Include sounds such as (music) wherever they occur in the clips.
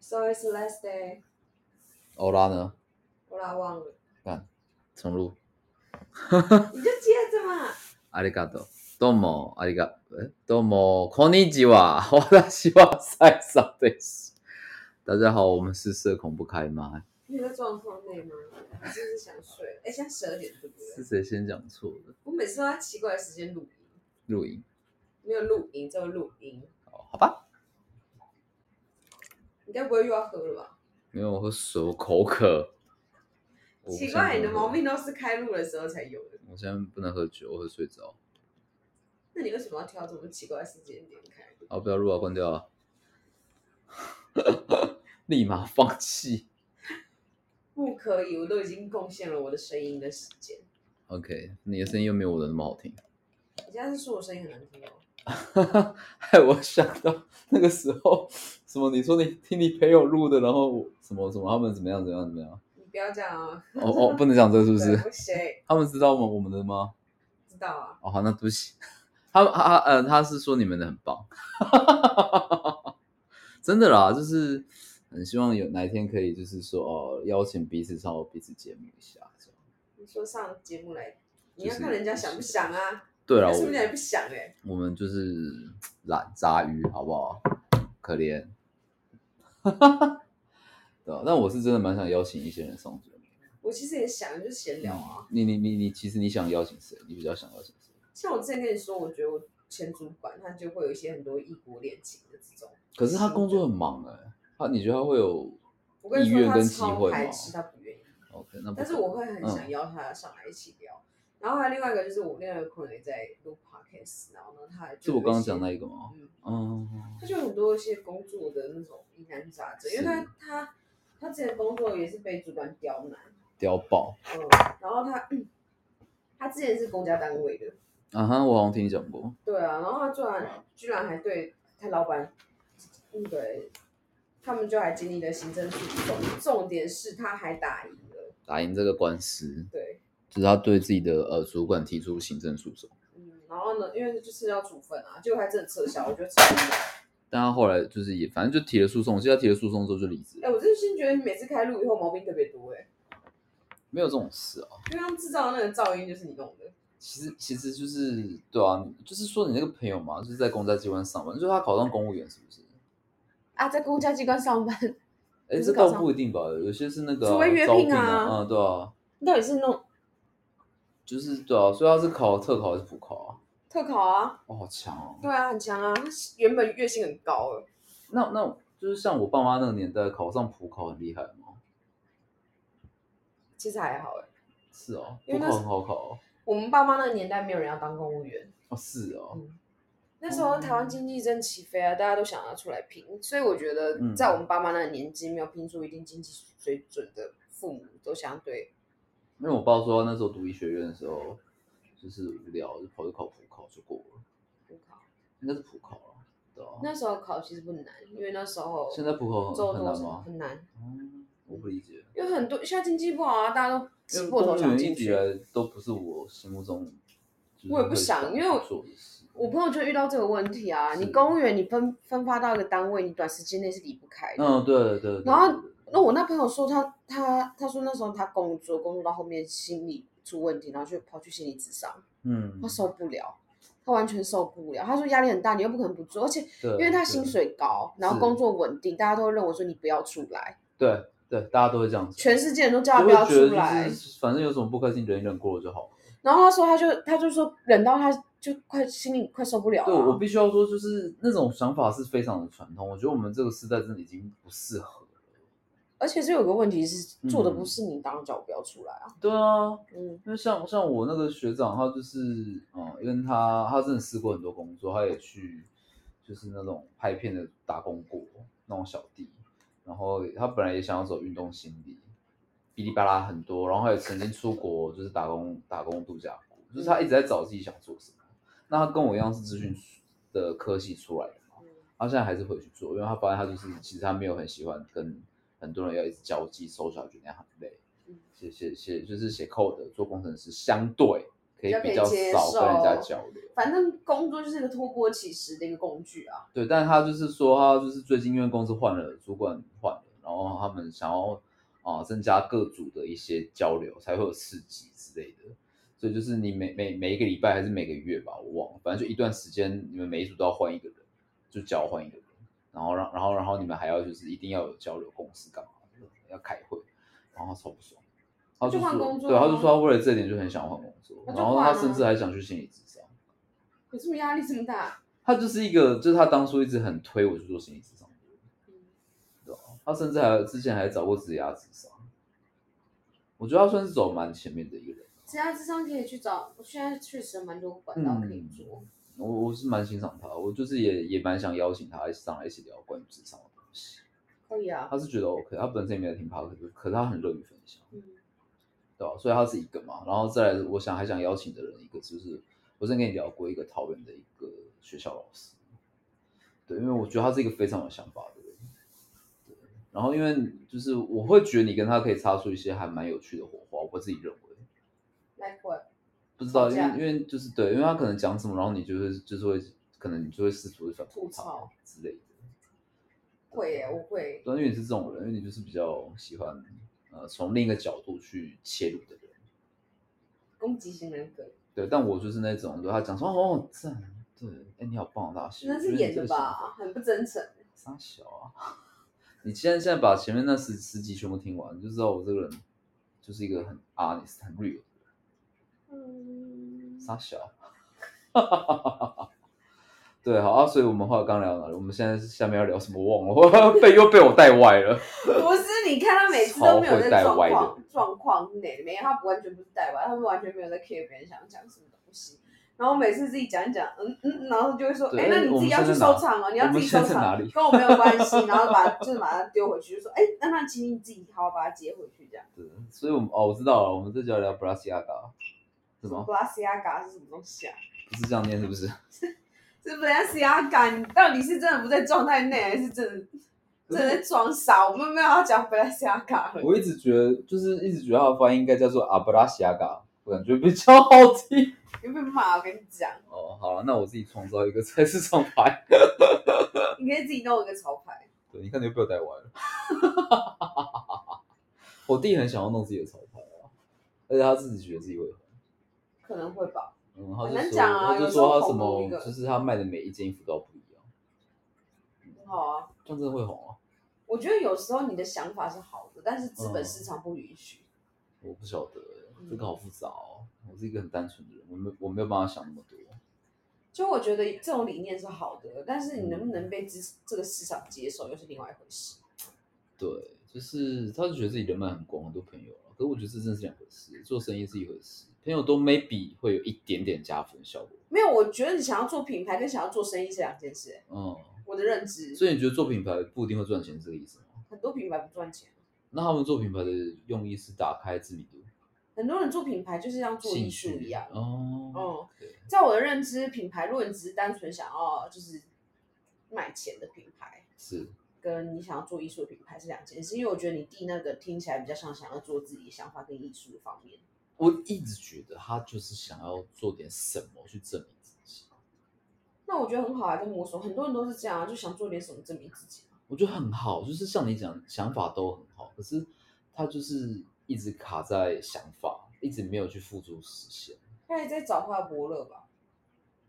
So it's last day。欧拉呢？我拉忘了，重录。你就接着嘛。ありがとう。どうも、ありが、えどうも、こんにち (laughs) は。私はサイサです。大家好，我们是社恐不开麦。你在状况内吗？你是不是想睡？哎，现在十二点对不对？是谁先讲错的？我每次都在奇怪的时间录音，录音。没有录音，只有录音。哦，好吧。你该不会又要喝了吧？没有，我喝水，我口渴。我奇现在怪，你不能的毛喝病。都是开录的时候才有的。我现在不能喝酒，我会睡着。那你为什么要挑这么奇怪的时间点开录？啊，不要录啊，关掉 (laughs) 啊。立马放弃。不可以，我都已经贡献了我的声音跟时间。 OK，你的声音又没有我的那么好听。你现在是说我声音很难听哦？ (laughs) 害我想到那个时候，什么你说你听你朋友录的，然后我什么什么他们怎么样怎么样怎么样？你不要这样啊！哦哦，不能讲这个是不对是？我谁他们知道吗？我们的吗？知道啊？哦，好，那对不起，他们他呃他是说你们的很棒， (laughs) 真的啦，就是很希望有哪一天可以就是说哦邀请彼此上我彼此节目一下这样。你说上节目来，你就要是看人家想不想啊？对了，要是不是也我不想哎、我们就是懒杂鱼，好不好？可怜，对啊，但我是真的蛮想邀请一些人上节目。我其实也想，就是闲聊啊。你你你你，其实你想邀请谁？你比较想邀请谁？像我之前跟你说，我觉得我前主管他就会有一些很多异国恋情的这种，可是他工作很忙哎、他你觉得他会有我跟你意说愿他跟机超会嗯吗排斥，他不愿意。 ？OK，那不但是我会很想邀他上来一起聊。然后还有另外一个就是我另外一个朋友也在录 podcast，然后呢，他就有一些是我刚刚讲那一个吗？嗯，嗯，他就有很多一些工作的那种疑难杂症，因为他是他他之前工作也是被主管刁难，碉堡嗯，然后他他之前是公家单位的，啊哈，我好像听你讲过，对啊，然后他居然居然还对他老板，嗯，对，他们就还经历了行政诉讼，重点是他还打赢了，打赢这个官司，对，就是他对自己的呃主管提出行政诉讼，嗯，然后呢，因为就是要处分啊，结果还真的撤销，我觉得超厉害。但他后来就是也反正就提了诉讼，我记得他提了诉讼之后就离职了哎、，我真心觉得你每次开录以后毛病特别多、哎，没有这种事啊。因为他们制造的那个噪音就是你弄的，其实其实就是对啊，就是说你那个朋友嘛，就是在公家机关上班，就是他考上公务员是不是？啊，在公家机关上班，哎，不这是倒考上不一定吧，有些是那个啊所谓约招聘啊，啊嗯，对啊，到底是弄就是对啊，所以他是考特考还是普考啊？特考啊？哦，好强哦！对啊，很强啊，他原本月薪很高了，那那就是像我爸妈那个年代，考上普考很厉害吗？其其实还好、哎，是哦，因为普那考是很好考哦，我们爸妈那个年代没有人要当公务员。哦是哦，那时候台湾经济正起飞啊，大家都想要出来拼，所以我觉得嗯在我们爸妈那个年纪没有拼出一定经济水准的父母都相对因为我爸说他那时候读医学院的时候，就是无聊就跑去考普考就过了，不考。应该是普考了，对啊。那时候考其实不难，因为那时候现在普考周哦很很多难少吗？很难，嗯，我不理解，因为很多现在经济不好啊，大家都因挤为破头公务想员进一直以去。来都不是我心目中，就是我也不会想因为我去做的事我朋友就遇到这个问题啊，是你公务员你分分发到一个单位，你短时间内是离不开的。嗯，对对对。然后对对那我那朋友说他他他说那时候他工作工作到后面心理出问题，然后就跑去心理咨商。嗯他，受不了，他完全受不了。他说压力很大，你又不可能不做，而且对，因为他对薪水高，然后是工作稳定，大家都会认为说你不要出来，对对，大家都会这样子，全世界人都叫他就不会要觉出得来就。是反正有什么不开心，忍一忍过了就好了。然后他说他就他就说忍到他就快心里快受不了对，我了。啊必须要说，就是那种想法是非常的传统，我觉得我们这个时代真的已经不适合了。而且这有个问题是做的嗯不是你当然叫我不要出来啊。对啊，嗯，因为像像我那个学长，他就是嗯，因为他他真的试过很多工作，他也去就是那种拍片的打工过，那种小弟。然后他本来也想要走运动心理，哔哩吧啦很多，然后他也曾经出国就是打工打工度假过，就是他一直在找自己想做什么。那他跟我一样是资讯的科系出来的嘛，他现在还是回去做，因为他发现他就是其实他没有很喜欢跟很多人要一直交际，social 觉得那样很累嗯。写写写就是写 code 做工程师，相对可可以比比较较可以接少跟人家受交流。反正工作就是一个突破其时的一个工具啊。对，但他就是说，他就是最近因为公司换了，主管换了，然后他们想要啊、增加各组的一些交流，才会有刺激之类的。所以就是你每每每一个礼拜还是每个月吧，我忘了，反正就一段时间，你们每一组都要换一个人，就交换一个人，然后让然后然后你们还要就是一定要有交流，公司干嘛的要开会，然后超不爽。他那就就换说工作对，他就啊说他为了这点就很想换工作，那就然后换他啊甚至还想去心理咨商。可是我压力这么大，他就是一个，就是他当初一直很推我去做心理咨商，嗯对吧？他甚至还有之前还找过职业智商，我觉得他算是走蛮前面的一个人，职业智商可以去找，我现在确实有蛮多管道可以嗯做。我我是蛮欣赏他，我就是也也蛮想邀请他上来一起聊关于智商的东西。可以啊，他是觉得 OK，他本身也没有听 p o d 可是他很乐于分享，嗯，对吧？所以他是一个嘛，然后再来，我想还想邀请的人一个就是，我之前跟你聊过一个桃园的一个学校老师，对，因为我觉得他是一个非常有想法的人，对。然后因为就是我会觉得你跟他可以擦出一些还蛮有趣的火花，我自己认为，来过来，不知吵道，因架为因为就是对，因为他可能讲什么，然后你就会就是会可能你就会试图去反吐他槽之类的，会耶，我会。对，因为你是这种人，因为你就是比较喜欢呃从另一个角度去切入的人。攻击型人格，对，但我就是那种，对他讲说哦，好赞，对，哎，你好棒，大西，那我是觉得你演这的个想吧？很不真诚。傻小啊！ (laughs) 你现在现在把前面那十十集全部听完，你就知道我这个人就是一个很 honest、很 real 的人嗯，傻小。 (laughs) 对，好啊，所以我们话刚聊到哪里？我们现在是下面要聊什么忘了， (laughs) 我被又被我带歪了。不是，你看他每次都没有超会在带状歪的况状况内，没有他完全不是带歪，他们完全没有在 care 别人想讲什么东西。然后每次自己讲一讲，嗯嗯，然后就会说，对哎，那哎你我自己们要去现在哪收场哦，你要我自们己收现在哪场里，跟我没有关系。 (laughs) 然后把就是把它丢回去，就说，哎，那那请你自己好好把它接回去，这样。对，所以我们哦，我知道了，我们这就要聊 Balenciaga，是吗？ ？Blasiaga 是什么东西啊？不是这样念，是不是？是 Blasiaga，你到底是真的不在状态内，还是真的真的在装傻？我们没有要讲 Blasiaga 而已。我一直觉得，就是一直觉得它的发音应该叫做阿布拉西亚嘎，我感觉比较好听。你会被骂，我跟你讲， (laughs) 哦，好了，那我自己创造一个菜市场牌。你可以自己弄一个潮牌。对，你看你又被我带歪 (laughs) 了。我弟很想要弄自己的潮牌啊，而且他自己觉得自己会红。可能会吧，嗯，他很就难说，讲啊他有就时候说他什红某一么个，就是他卖的每一件衣服都要不一样，很好啊。这样真的会红啊？我觉得有时候你的想法是好的，但是资本市场不允许。我不晓得欸、这个嗯好复杂哦。我是一个很单纯的人，我没我没有办法想那么多。就我觉得这种理念是好的，但是你能不能被资这个市场接受又是另外一回事。对，就是他就觉得自己人脉很广，很多朋友啊。可是我觉得这真是两回事，做生意是一回事，朋友多 maybe 会有一点点加分效果。没有，我觉得你想要做品牌跟想要做生意是两件事。嗯，我的认知，所以你觉得做品牌不一定会赚钱，这个意思吗？很多品牌不赚钱，那他们做品牌的用意是打开知名度、很多人做品牌就是像做艺兴术趣一样。哦。哦 OK，在我的认知，品牌如果你只是单纯想要就是卖钱的品牌，是跟你想要做艺术的品牌是两件事，因为我觉得你弟那个听起来比较像想要做自己想法跟艺术的方面。我一直觉得他就是想要做点什么去证明自己，那我觉得很好啊，在摸索，很多人都是这样啊，就想做点什么证明自己。我觉得很好，就是像你讲，想法都很好，可是他就是一直卡在想法，一直没有去付诸实现。他也在找他的伯乐吧，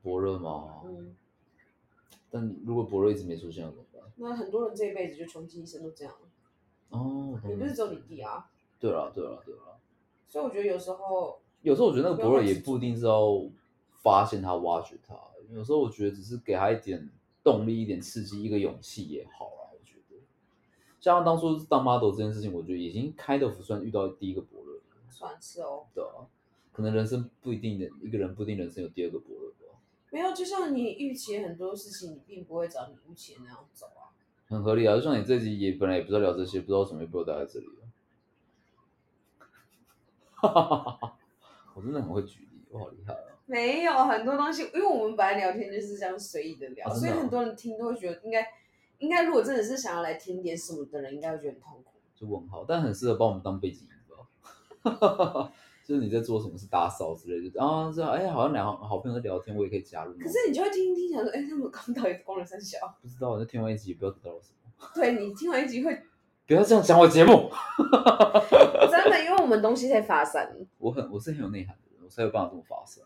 伯乐吗？嗯，但如果伯乐一直没出现要怎么办？那很多人这一辈子就穷尽一生都这样，哦，我懂也不你的是意只有思你弟啊。对了，对了，对啊了。所以我觉得有时候有时候我觉得那个伯乐也不一定是要发现他、挖掘他，有时候我觉得只是给他一点动力、一点刺激、一个勇气也好啦。我觉得，像他当初当 model 这件事情，我觉得已经开的不算遇到第一个伯乐了，算是哦，对啊，可能人生不一定的一个人不一定人生有第二个伯乐吧，没有，就像你预期很多事情，你并不会找你预期的那样走啊。很合理啊。就像你这集也本来也不知道聊这些，不知道为什么又被我带来这里了。哈哈哈哈哈！我真的很会举例，我好厉害啊！没有很多东西，因为我们本来聊天就是这样随意的聊，啊真所的以啊很多人听都会觉得应该，应该如果真的是想要来听点什么的人，应该会觉得很痛苦。 (laughs) 就问号，但很适合帮我们当背景音乐。就是你在做什么是打扫之类的，然后就哎好像两个好朋友在聊天，我也可以加入。啊可是你就会听一听，想说，哎、他们刚到底光了三 (laughs) 小，不知道我在听完一集也不知道得到了什么，对你听完一集会不要这样讲我节目。 (laughs) 真的，因为我们东西太发散，我很我是很有内涵的人，我才有办法这么发声。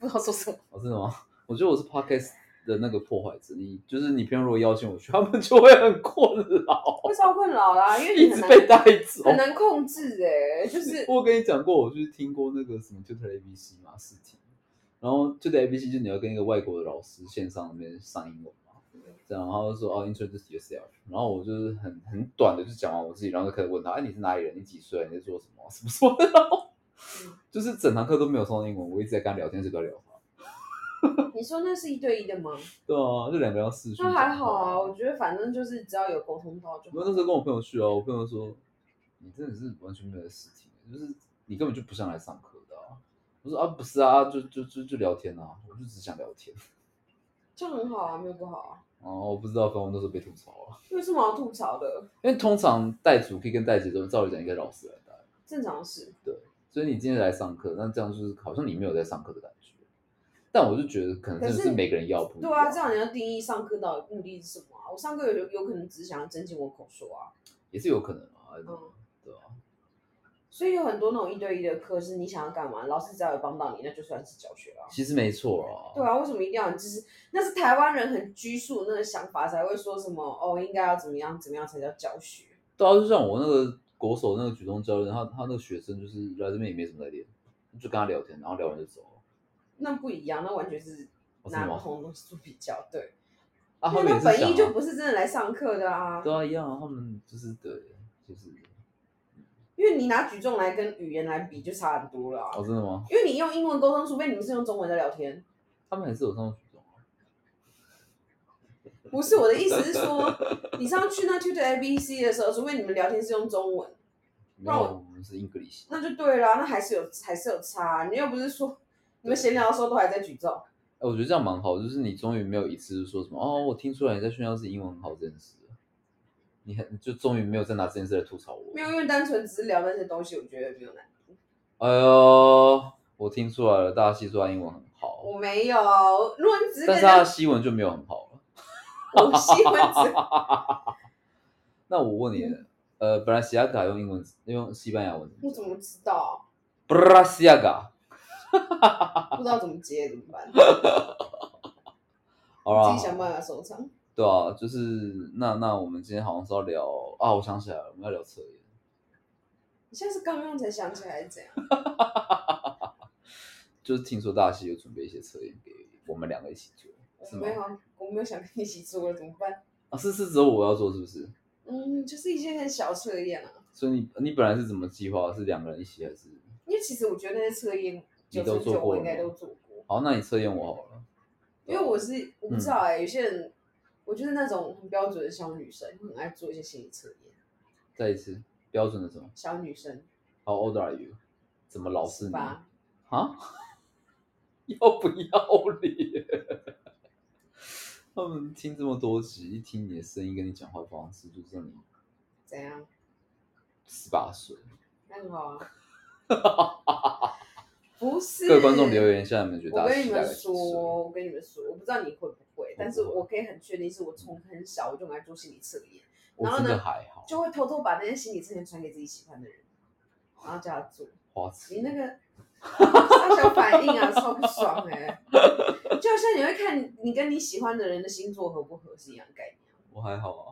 不知道说什 (laughs) 么。哦，真的吗？我觉得我是 podcast 的那个破坏者，你就是你平常如果邀请我去，他们就会很困扰，会超困扰啦，因为一你很直难被带走。很难控制 (laughs) 哎、就是我跟你讲过，我就是听过那个什么 Tutor ABC 嘛试题，然后 Tutor ABC 就是你要跟一个外国的老师线上那边上英文嘛，这样，然后就说哦 introduce yourself，然后我就是很很短的就讲完我自己，然后就开始问他，哎你是哪里人？你几岁？你在做什么？什么什么 (laughs) 的，然后嗯就是整堂课都没有上英文，我一直在跟他聊天，就在聊他。你说那是一对一的吗？对啊，就两个人要试训。那还好啊，我觉得反正就是只要有沟通到就好。我那时候跟我朋友去哦，我朋友说你真的是完全没有事情，欸就是你根本就不像来上课的、啊。我说啊，不是啊，就就就就聊天啊，我就只想聊天。这样很好啊，没有不好啊，哦，我不知道，反正我那时候被吐槽了，有什么好吐槽的？因为通常带主 K 跟带节奏，照理讲应该老师来带，正常是，所以你今天来上课，那这样就是好像你没有在上课的感觉。但我就觉得可能真的可是是每个人要不一对啊，样这样你要定义上课到底目的是什么啊？我上课有有可能只是想要增进我口说啊，也是有可能啊，嗯，对啊，所以有很多那种一对一的课是你想要干嘛，老师只要有帮到你，那就算是教学啊。其实没错啊，对啊，为什么一定要就是那是台湾人很拘束的那个想法才会说什么哦，应该要怎么样怎么样才叫教学？对啊，就像我那个国手那个举重教练，他他那个学生就是来这边也没什么在练，就跟他聊天，然后聊完就走了。那不一样，那完全是哦真拿的吗不同的东西做比较，对。啊，他那们也那是想、本意就啊，不是真的来上课的啊，对啊，一样啊，他们就是对，就是因为你拿举重来跟语言来比就差很多了、啊哦，真的吗？因为你用英文沟通，除非你们是用中文在聊天。他们还是有上举重啊，不是我的意思是说，你上去那 tutor A B C 的时候，除非你们聊天是用中文，没有，哦我们是 English，那就对啦，那还是有还是有差啊、你又不是说你们闲聊的时候都还在举重，哎，我觉得这样蛮好，就是你终于没有一次说什么哦，我听出来你在炫耀自己英文很好这件事了，你很就终于没有再拿这件事来吐槽我没。有因为单纯只是聊那些东西，我觉得没有难。哎呦，我听出来了，大家系说他英文很好，我没有，如果你只是但跟是他人家的西文就没有很好了。我西文只那我问你，嗯呃，本来西亚卡用英文，用西班牙文我怎么知道？ b r a s i a g a 不知道怎么接怎么办？好自啦己，想办法收场。对啊，就是那那我们今天好像是要聊啊，我想起来了，我们要聊测验。你现在是刚刚才想起来是怎样？就是听说大西有准备一些测验给我们两个一起做，是我吗没？有，啊我没有想跟你一起做了，怎么办？啊，是是只有我要做是不是？嗯，就是一些很小测验啊。所以你你本来是怎么计划？是两个人一起还是？因为其实我觉得那些测验你九都成做九过我了应该吗都做过，好，那你测验我好了。因为我是我不嗯知道哎、有些人我就是那种很标准的小女生，很爱做一些心理测验。再一次标准的什么小女生？How old are you？怎么老是你？吧，啊？ (laughs) 要不要脸？ (laughs) 他们听这么多集，一听你的声音跟你讲话方式，就知道你怎样？十八岁。那很好 (laughs) 啊。不是，各位观众留言一下，你们觉得我大家跟你期待们有几岁说，？我跟你们说，我不知道你会不会，但哦是我可以很确定，是我从很小我就很爱做心理测验，我然后真的呢还好，就会偷偷把那些心理测验传给自己喜欢的人，然后叫他做。花痴你。那个大小反应啊，超不爽哎、就好像你会看你跟你喜欢的人的星座合不合是一样概念，我还好啊，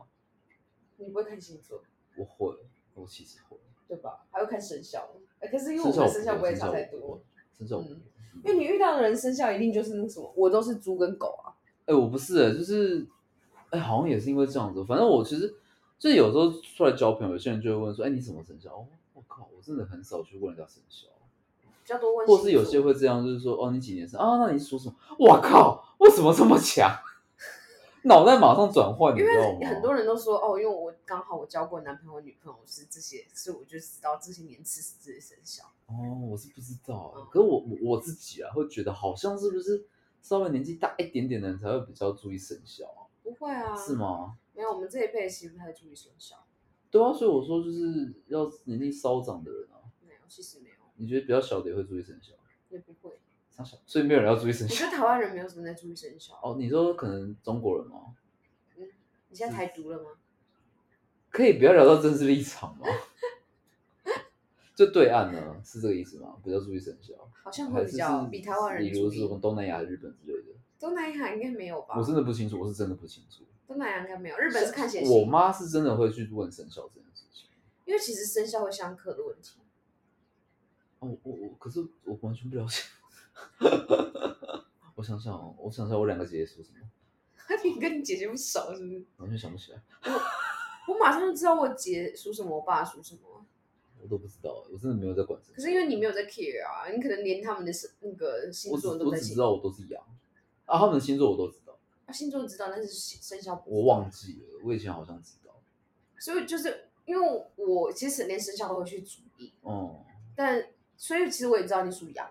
你不会看星座我会，我其实会。对吧？还会看生肖，哎、可是因为生我们肖我生肖不会生差肖太我多，生肖我不嗯会。因为你遇到的人生肖一定就是那什么，我都是猪跟狗啊，哎、我不是、就是，哎、好像也是因为这样子。反正我其实就有时候出来交朋友，有些人就会问说，哎、你什么生肖？哦，我靠，我真的很少去问人家生肖，比较多问星或座。是有些会这样，就是说，哦，你几年生？啊，那你是属什么？我靠，为什么这么强？ (laughs) 脑袋马上转换，你因知道为吗？很多人都说哦，因为我刚好我交过男朋友、女朋友是这些，所以我就知道这些年次是这些生肖。哦，我是不知道欸嗯，可是我我我自己啊，会觉得好像是不是稍微年纪大一点点的人才会比较注意生肖啊、不会啊，是？吗？没有，我们这一辈其实不太注意生肖，对啊，所以我说就是要年纪稍长的人啊，没有，其实没有。你觉得比较小的也会注意生肖，也不会。啥小，所以没有人要注意我生觉 (laughs) 肖。得台湾人没有什么在注意生肖。哦，你说可能中国人吗？你现在台独了吗？可以不要聊到政治立场吗？ (laughs) 就对岸呢，是这个意思吗？比较注意生肖，好像还会是比较是比台湾人比如注是从意。东南亚、日本之类的，东南亚应该没有吧我？真的不清楚，我是真的不清楚。东南亚应该没有，日本是看血我型，妈是真的会去问生肖这件事情。因为其实生肖会相克的问题。 (laughs) 哦，我我可是我完全不了解。 (laughs) 我想想哦，我想想我两个姐姐属什么，你跟你姐姐不熟是不是？完全想不起来，我马上就知道我姐属什么，我爸属什么。我都不知道，我真的没有在管这可个。是因为你没有在 care 啊，你可能连他们的是那个星我只座都不我太只清知楚。道我都是羊啊，他们的星座我都知道，啊，星座知道，但是生肖不我知道。忘记了，我以前好像知道。所以就是因为我其实连生肖都会去注意，哦、但所以其实我也知道你属羊，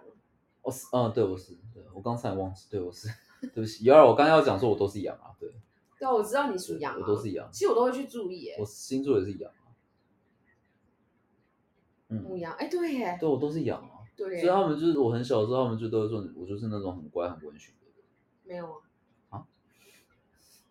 我是嗯，对我是，对我刚才忘记，对我是，对不起，有啊，我刚刚要讲说我都是羊啊，对，对啊，我知道你属羊、啊，我都是羊，其实我都会去注意、欸，我星座也是羊啊，嗯，母羊，哎、对耶，对我都是羊啊，对所耶，以他们就是我很小的时候，他们就都会说我就是那种很乖很温驯的人。没有啊，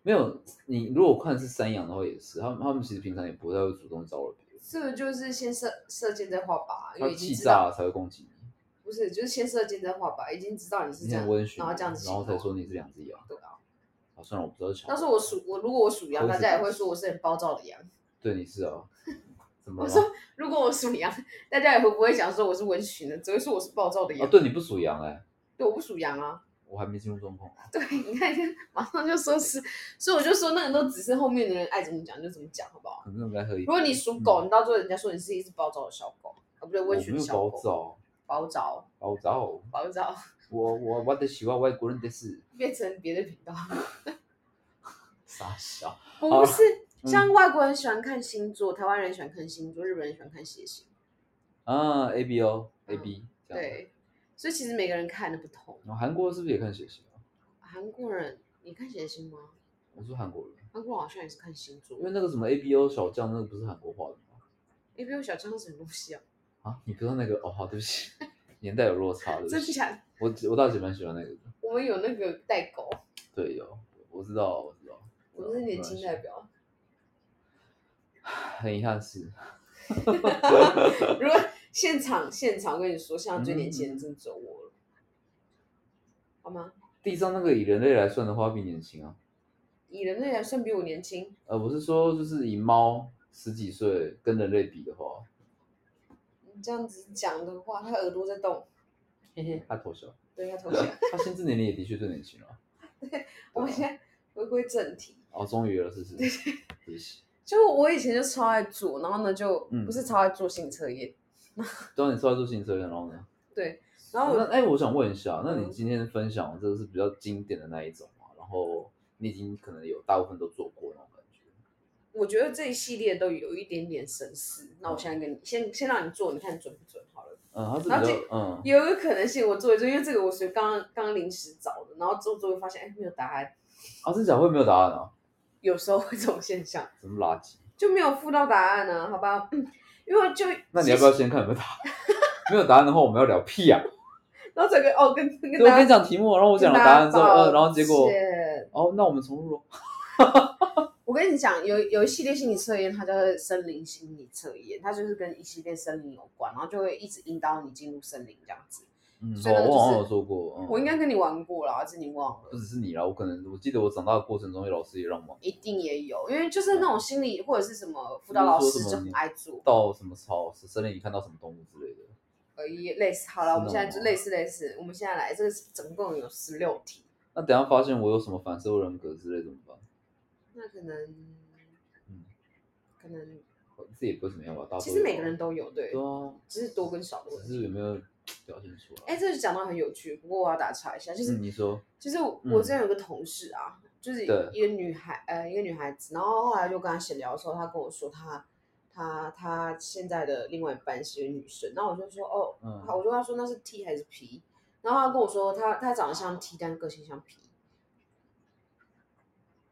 没有，你如果看是山羊的话，也是，他们他们其实平常也不太会主动招惹别人，这个就是先射射箭再画靶，啊因他为已经气知道炸了才会攻击你，不是，就是先射箭再画靶，已经知道你是这你很样，温驯，啊然后这样子然后形容才说你是两只羊。对啊，啊，算了，我不知道是到强时候我属我如果我属羊，猴大子家也吧会说我是很暴躁的羊；对你 (laughs) 是啊，怎么我了说吗？如果我属羊，大家也会不会想说我是温驯的，只会说我是暴躁的啊，羊。对你不属羊哎、对，我不属羊啊。 (laughs) 我还没进入状况。对，你看，马上就说是，所以我就说那个都只是后面的人爱怎么讲就怎么讲，好不好？可能我该喝一如果你属狗，你到最后人家说你是一只暴躁的小狗，啊，不对，我温嗯哦没驯的有小暴狗，躁，暴躁，暴躁，暴躁，我我我的喜欢外国人的是 (laughs) 变成别的频道，傻笑。不是。嗯像外国人喜欢看星座，台湾人喜欢看星座，日本人喜欢看血型，啊，A B O A 嗯 B，、这样。对，所以其实每个人看的不同。然后韩国是不是也看血型啊？韩国人，你看血型吗？我说韩国人，韩国人好像也是看星座因。为那个什么 A B O 小将，那个不是韩国画的吗？ A B O 小张是什么东西 (laughs) 啊？啊，你不知道那个哦，好，对不起， (laughs) 年代有落差，对不真起。假的？我我大姐蛮喜欢那个的，我们有那个代沟，对，有，我知道，我知道。啊我们是年轻代 (laughs) 表。很遗憾是，如果现场现场，我跟你说，现场最年轻人真的只有我了，好吗？地上那个以人类来算的话，比年轻啊。以人类来算，比我年轻。呃，我是说，就是以猫十几岁跟人类比的话，你这样子讲的话，他耳朵在动， (laughs) 嘿嘿，他头小，对，他头像。他心智年龄也的确最 (laughs) 年轻了。啊我们现在回归正题，哦，终于了，(laughs) 是是，对不起。就我以前就超爱做，然后呢就、嗯不是超爱做性测验，当啊然你说要做行车，然后呢？对， (laughs) 然后那我哎，我想问一下，那嗯你今天分享这个是比较经典的那一种嘛？然后你已经可能有大部分都做过那种感觉。我觉得这一系列都有一点点神似。哦那我现在跟你先先让你做，你看准不准好了。嗯，它是比然后较嗯，有一个可能性，我做一做，因为这个我是刚刚刚临时找的，然后做做会发现，哎，没有答案，啊，真假会没有答案啊？有时候会这种现象，什么垃圾？就没有附到答案呢、好吧？嗯因为就那你要不要先看有没有答 (laughs) 案？没有答案的话，我们要聊屁啊！然后整个哦，跟跟对我大跟你家讲题目，然后我讲了答案之后，跟大家呃，然后结果抱，歉哦，那我们重录咯。我跟你讲，有有一系列心理测验，它叫做森林心理测验，它就是跟一系列森林有关，然后就会一直引导你进入森林这样子。嗯，所以呢我我好像就是有做过，嗯我应该跟你玩过啦，只是你忘了不。只是你啦，我可能我记得我长大的过程中，有老师也让我一定也有，因为就是那种心理或者是什么辅导老师就很爱做，到什么草森林里看到什么动物之类的。呃，也类似。好了，是我们现在吗就类似类似，我们现在来这个是总共有十六题，那等一下发现我有什么反社会人格之类怎么办？那可能，嗯可能这也不会怎么样吧？大家其都实有每个人都有，对对，啊，只是多跟少的只问题。是有没有表现出来？哎，这就讲到很有趣，不过我要打岔一下，就是嗯，你说，就是我嗯我之前有个同事啊，就是一对个女孩，呃，一个女孩子，然后后来就跟她闲聊的时候，她跟我说她她她现在的另外一半是一个女生，然后我就说哦，嗯好，我就跟她说那是 T 还是 P，然后她跟我说她她长得像 T，但个性像 P，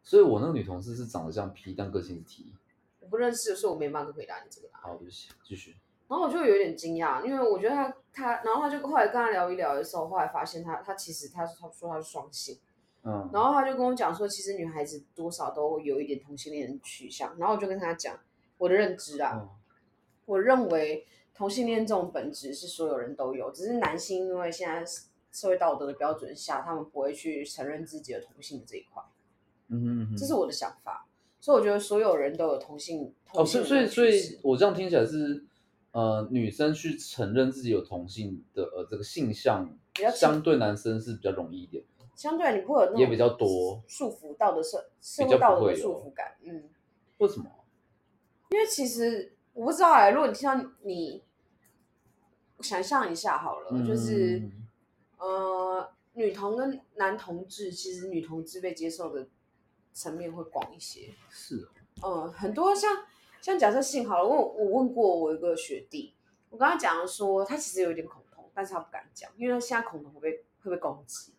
所以我那个女同事是长得像 P，但个性是 T。我不认识，所以我没办法回答你这个答案。好，对不起，继续。然后我就有点惊讶，因为我觉得他他，然后他就后来跟他聊一聊的时候，后来发现他他其实他他说他是双性，嗯，然后他就跟我讲说，其实女孩子多少都会有一点同性恋的取向，然后我就跟他讲我的认知啊，嗯我认为同性恋这种本质是所有人都有，只是男性因为现在社会道德的标准下，他们不会去承认自己的同性的这一块，嗯哼嗯哼这是我的想法。所以我觉得所有人都有同性同哦，所性以的所以所趋以势，我这样听起来是，呃，女生去承认自己有同性的呃这个性向比较，轻相对男生是比较容易一点。相对你不会有那种也比较多束缚道德社社比会较道不德会的束有缚感，嗯，为什么？因为其实我不知道哎、如果你听到你想象一下好了，就是嗯呃，女同跟男同志，其实女同志被接受的层面会广一些。是哦，嗯，很多像像假设性好了，我我问过我一个学弟，我跟他讲说他其实有一点恐同，但是他不敢讲，因为他现在恐同会被会被攻击。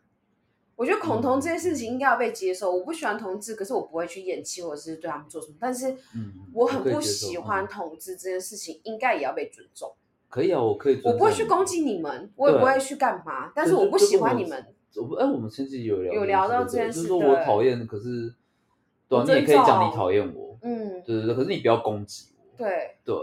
我觉得恐嗯同这件事情应该要被接受，我不喜欢同志，可是我不会去厌弃或者是对他们做什么，但是嗯我很可以不接受喜欢嗯同志这件事情，应该也要被尊重。可以啊，我可以尊重我你。啊不会去攻击你们，我也不对会去干嘛，但对是就我不就喜跟欢我你们。我不哎，我们前期有聊有这件聊事到对这不对件就事是说对我讨厌，可是对啊，你也尊可以讲你重讨厌我，嗯，对对对，可是你不要攻击我。对，对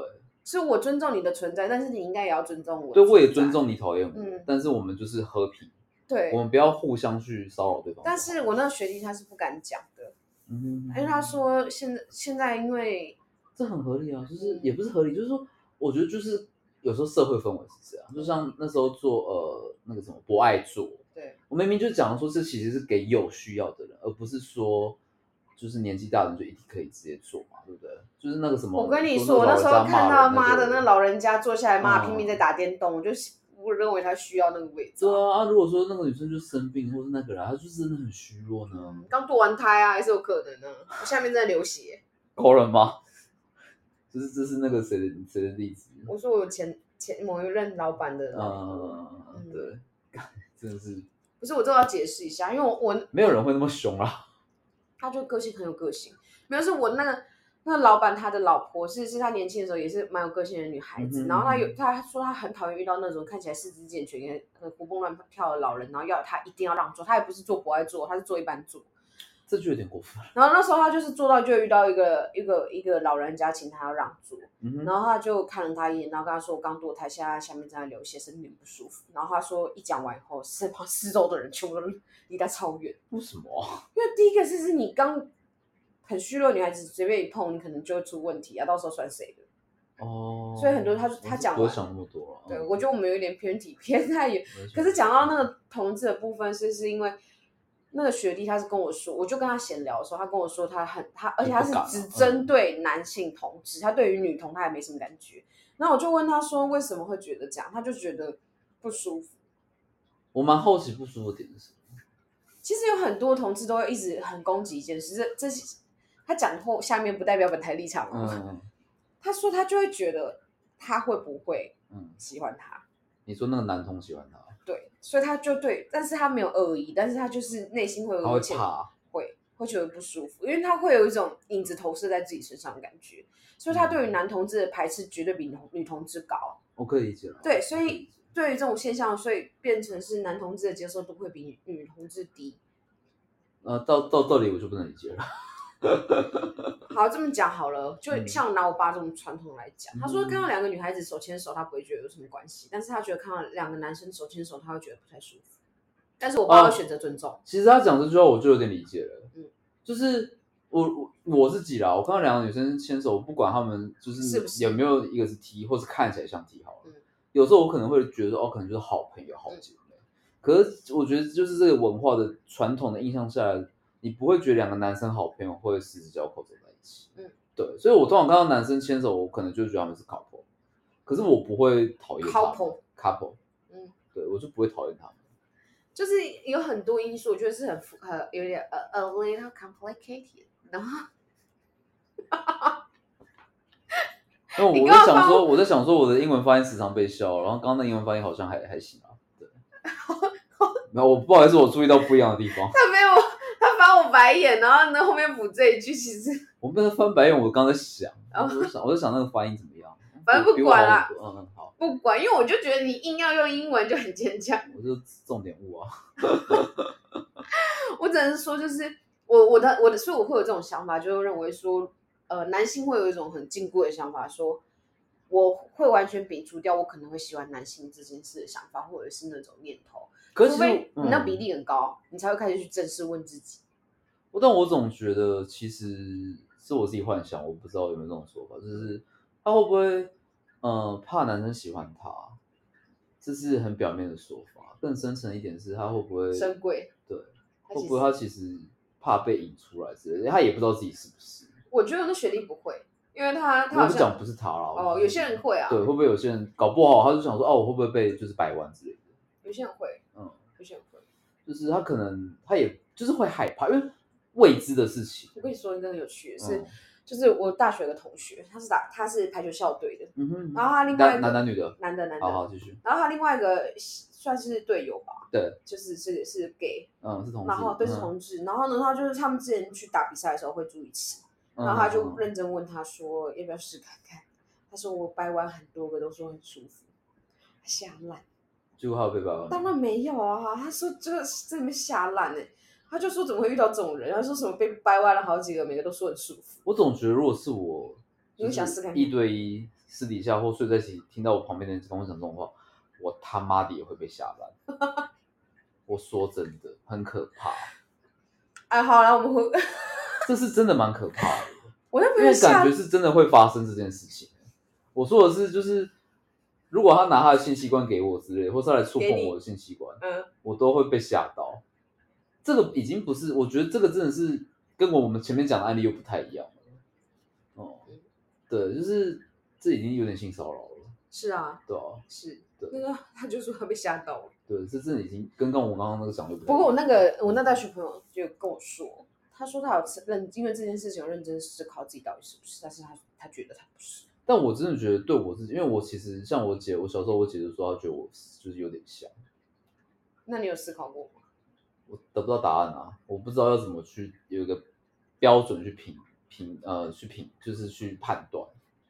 是我尊重你的存在，但是你应该也要尊重我。对，我也尊。重你讨厌我嗯，但是我们就是和平，对我，们不要互相去骚扰对方。但是我那个学弟他是不敢讲的，哦嗯，因为他说现在现在因为这很合理啊，就是嗯也不是合理，就是说，我觉得就是有时候社会氛围是这样，就像那时候做呃那个什么不爱做，对我明明就讲说这其实是给有需要的人，而不是说就是年纪大的人就一定可以直接做嘛，对不对？就是那个什么，我跟你说说，，我那时候看到妈妈的那老人家坐下来，妈嗯拼命在打电动，我就我认为他需要那个位置对啊。啊，啊如果说那个女生就生病，或是那个人啊她就真的很虚弱呢，刚堕完胎啊，还是有可能啊。我下面在流血，够了吗？ (laughs) 就是这是那个谁的谁的例子，我说我前前某一任老板的老婆，嗯，对，真的是不是我这个要解释一下，因为我我没有人会那么凶啊啦。他就个性很有个性，没有是我那个那个老板他的老婆是是他年轻的时候也是蛮有个性的女孩子，嗯哼然后他嗯有哼他说他很讨厌遇到那种看起来四肢健全、呃活蹦乱跳的老人，然后要他一定要让座，他也不是坐不爱坐，他是坐一般坐。这就有点过分了。然后那时候他就是坐到就遇到一个一个一个老人家请他要让座，嗯哼，然后他就看了他一眼，然后跟他说我刚堕胎，现在下面正在流血，身体有点不舒服。然后他说一讲完以后，身旁四周的人全部都离他超远。为什么啊？因为第一个是是你刚很虚弱的女孩子，随便一碰，你可能就会出问题啊，到时候算谁的？哦，所以很多他我是他讲不会完想那么多了。对，嗯我觉得我们有一点偏题偏 (laughs) 太远。没关系可是讲到那个同志的部分，是是因为那个学弟他是跟我说，我就跟他闲聊的时候，他跟我说他很他，而且他是不敢啊只嗯针对男性同志，他对于女同他也没什么感觉。那我就问他说为什么会觉得这样，他就觉得不舒服。我蛮好奇不舒服的点是什么？其实有很多同志都会一直很攻击一件事，这这是他讲后下面不代表本台立场哦。嗯他说他就会觉得他会不会 (laughs) 嗯，喜欢他，你说那个男同喜欢他，对，所以他就对，但是他没有恶意，但是他就是内心会有他会一点怕，啊会会觉得不舒服，因为他会有一种影子投射在自己身上的感觉，所以他对于男同志的排斥绝对比女同女同志高。我可以理解了。对所以我可理解对于这种现象，所以变成是男同志的接受度会比女女同志低。呃，到到这里我就不能理解了。好，这么讲好了，就嗯像拿我爸这种传统来讲，他说嗯看到两个女孩子手牵手，他不会觉得有什么关系，但是他觉得看到两个男生手牵手，他会觉得不太舒服。但是我爸哦会选择尊重，其实他讲这句话，我就有点理解了。嗯就是我我我自己啦，我看到两个女生牵手，我不管她们就是不是有没有一个是 T，或是看起来像 T 好了。嗯有时候我可能会觉得说哦，可能就是好朋友、好姐妹。可是我觉得就是这个文化的传统的印象下来，你不会觉得两个男生好朋友会十指交扣走在一起。嗯，对，所以我通常看到男生牵手，我可能就觉得他们是 couple，可是我不会讨厌他们 Couple couple，嗯，对我就不会讨厌他们。就是有很多因素，我觉得是很复呃有点呃 a little complicated。然后 (laughs) 那我你我干在嘛想帮说，我在想说，我的英文发音时常被笑，然后刚刚的英文发音好像还还行啊。 (laughs) 对，没有，我不好意思，我注意到不一样的地方。他没有，他翻我白眼，然后呢后面补这一句，其实我不是翻白眼，我刚才想，哦我在想，我在想那个发音怎么样。 (laughs) 反正不管啦比，我好很多嗯嗯，好，不管，因为我就觉得你硬要用英文就很坚强。我就重点物啊，我只能说，就是我我的我的，所以我会有这种想法，就认为说，呃，男性会有一种很禁锢的想法，说我会完全摒除掉我可能会喜欢男性这件事的想法，或者是那种念头，可是除其实非我你那嗯比例很高，你才会开始去正式问自己。我但我总觉得其实是我自己幻想，我不知道有没有这种说法，就是他会不会嗯、呃怕男生喜欢他，这是很表面的说法，更深层一点是他会不会深柜对，他会其不会实他其实怕被引出来之类的，他也不知道自己是不是，我觉得那学历不会，因为他他我好不是讲像不是他啦，我哦，是有些人会啊，对会不会有些人搞不好他就想说哦我会不会被就是掰弯之类的，有些人会，嗯，有些人会。就是他可能他也就是会害怕，因为未知的事情，我跟你说一个很有趣的是，嗯就是我大学有个同学，他是打他是排球校队的，嗯哼，然后他另外一男个男男女的，哦男的男的好，好继续。然后他另外一个算是队友吧，对，就是是是 gay，嗯，是同事，然后对是嗯，同志，然后呢，他就是他们之前去打比赛的时候会住一起，嗯然后他就嗯嗯认真问他说要不要试看看，他说我掰弯很多个都说很舒服，他吓烂，结果他有被爸爸，当然没有啊，他说这个这里面吓烂哎、他就说怎么会遇到这种人？他说什么被掰弯了好几个，每个都说很舒服。我总觉得如果是我，你会就是想试看看一对一私底下或睡在一起，听到我旁边的人跟我讲这种话，我他妈的也会被吓烂。 (laughs) 我说真的，很可怕，哎，好了，我们回， (laughs) 这是真的蛮可怕的，我那因朋友为感吓觉是真的会发生这件事情。我说的是，就是如果他拿他的性器官给我之类，或是他来触碰给你我的性器官，嗯，我都会被吓到。这个已经不是，我觉得这个真的是跟我们前面讲的案例又不太一样了。哦，对，就是这已经有点性骚扰了，是啊，对啊，是对那个他就说他被吓到了。对，这真的已经跟刚我刚刚那个讲的不太一不样。过我那个我那大学朋友就跟我说，他说他有认，因为这件事情有认真思考自己到底是不是，但是他他觉得他不是。但我真的觉得对我自己，因为我其实像我姐，我小时候我姐就说她觉得我就是有点像，那你有思考过吗？我得不到答案啊，我不知道要怎么去有一个标准去评评呃去评，就是去判断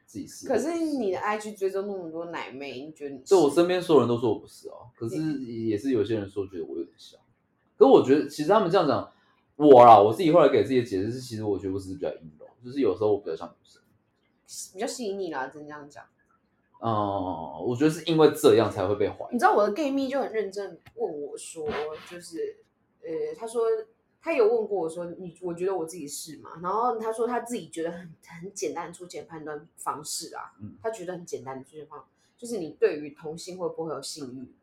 自己是。可是你的 IG 追踪那么多奶妹，你觉得你是对我身边所有人都说我不是哦，可是也是有些人说觉得我有点像。可是我觉得其实他们这样讲我啦，我自己后来给自己的解释是，其实我觉得我只是比较阴柔，就是有时候我比较像女生。比较吸引你啦，只能这样讲。嗯，我觉得是因为这样才会被怀你疑。知道我的 gay 蜜就很认真问我说，就是呃，他说他有问过我说你我觉得我自己是吗？然后他说他自己觉得很很简单的出钱判断方式啊，嗯他觉得很简单的出钱方，就是你对于同性会不会有性欲？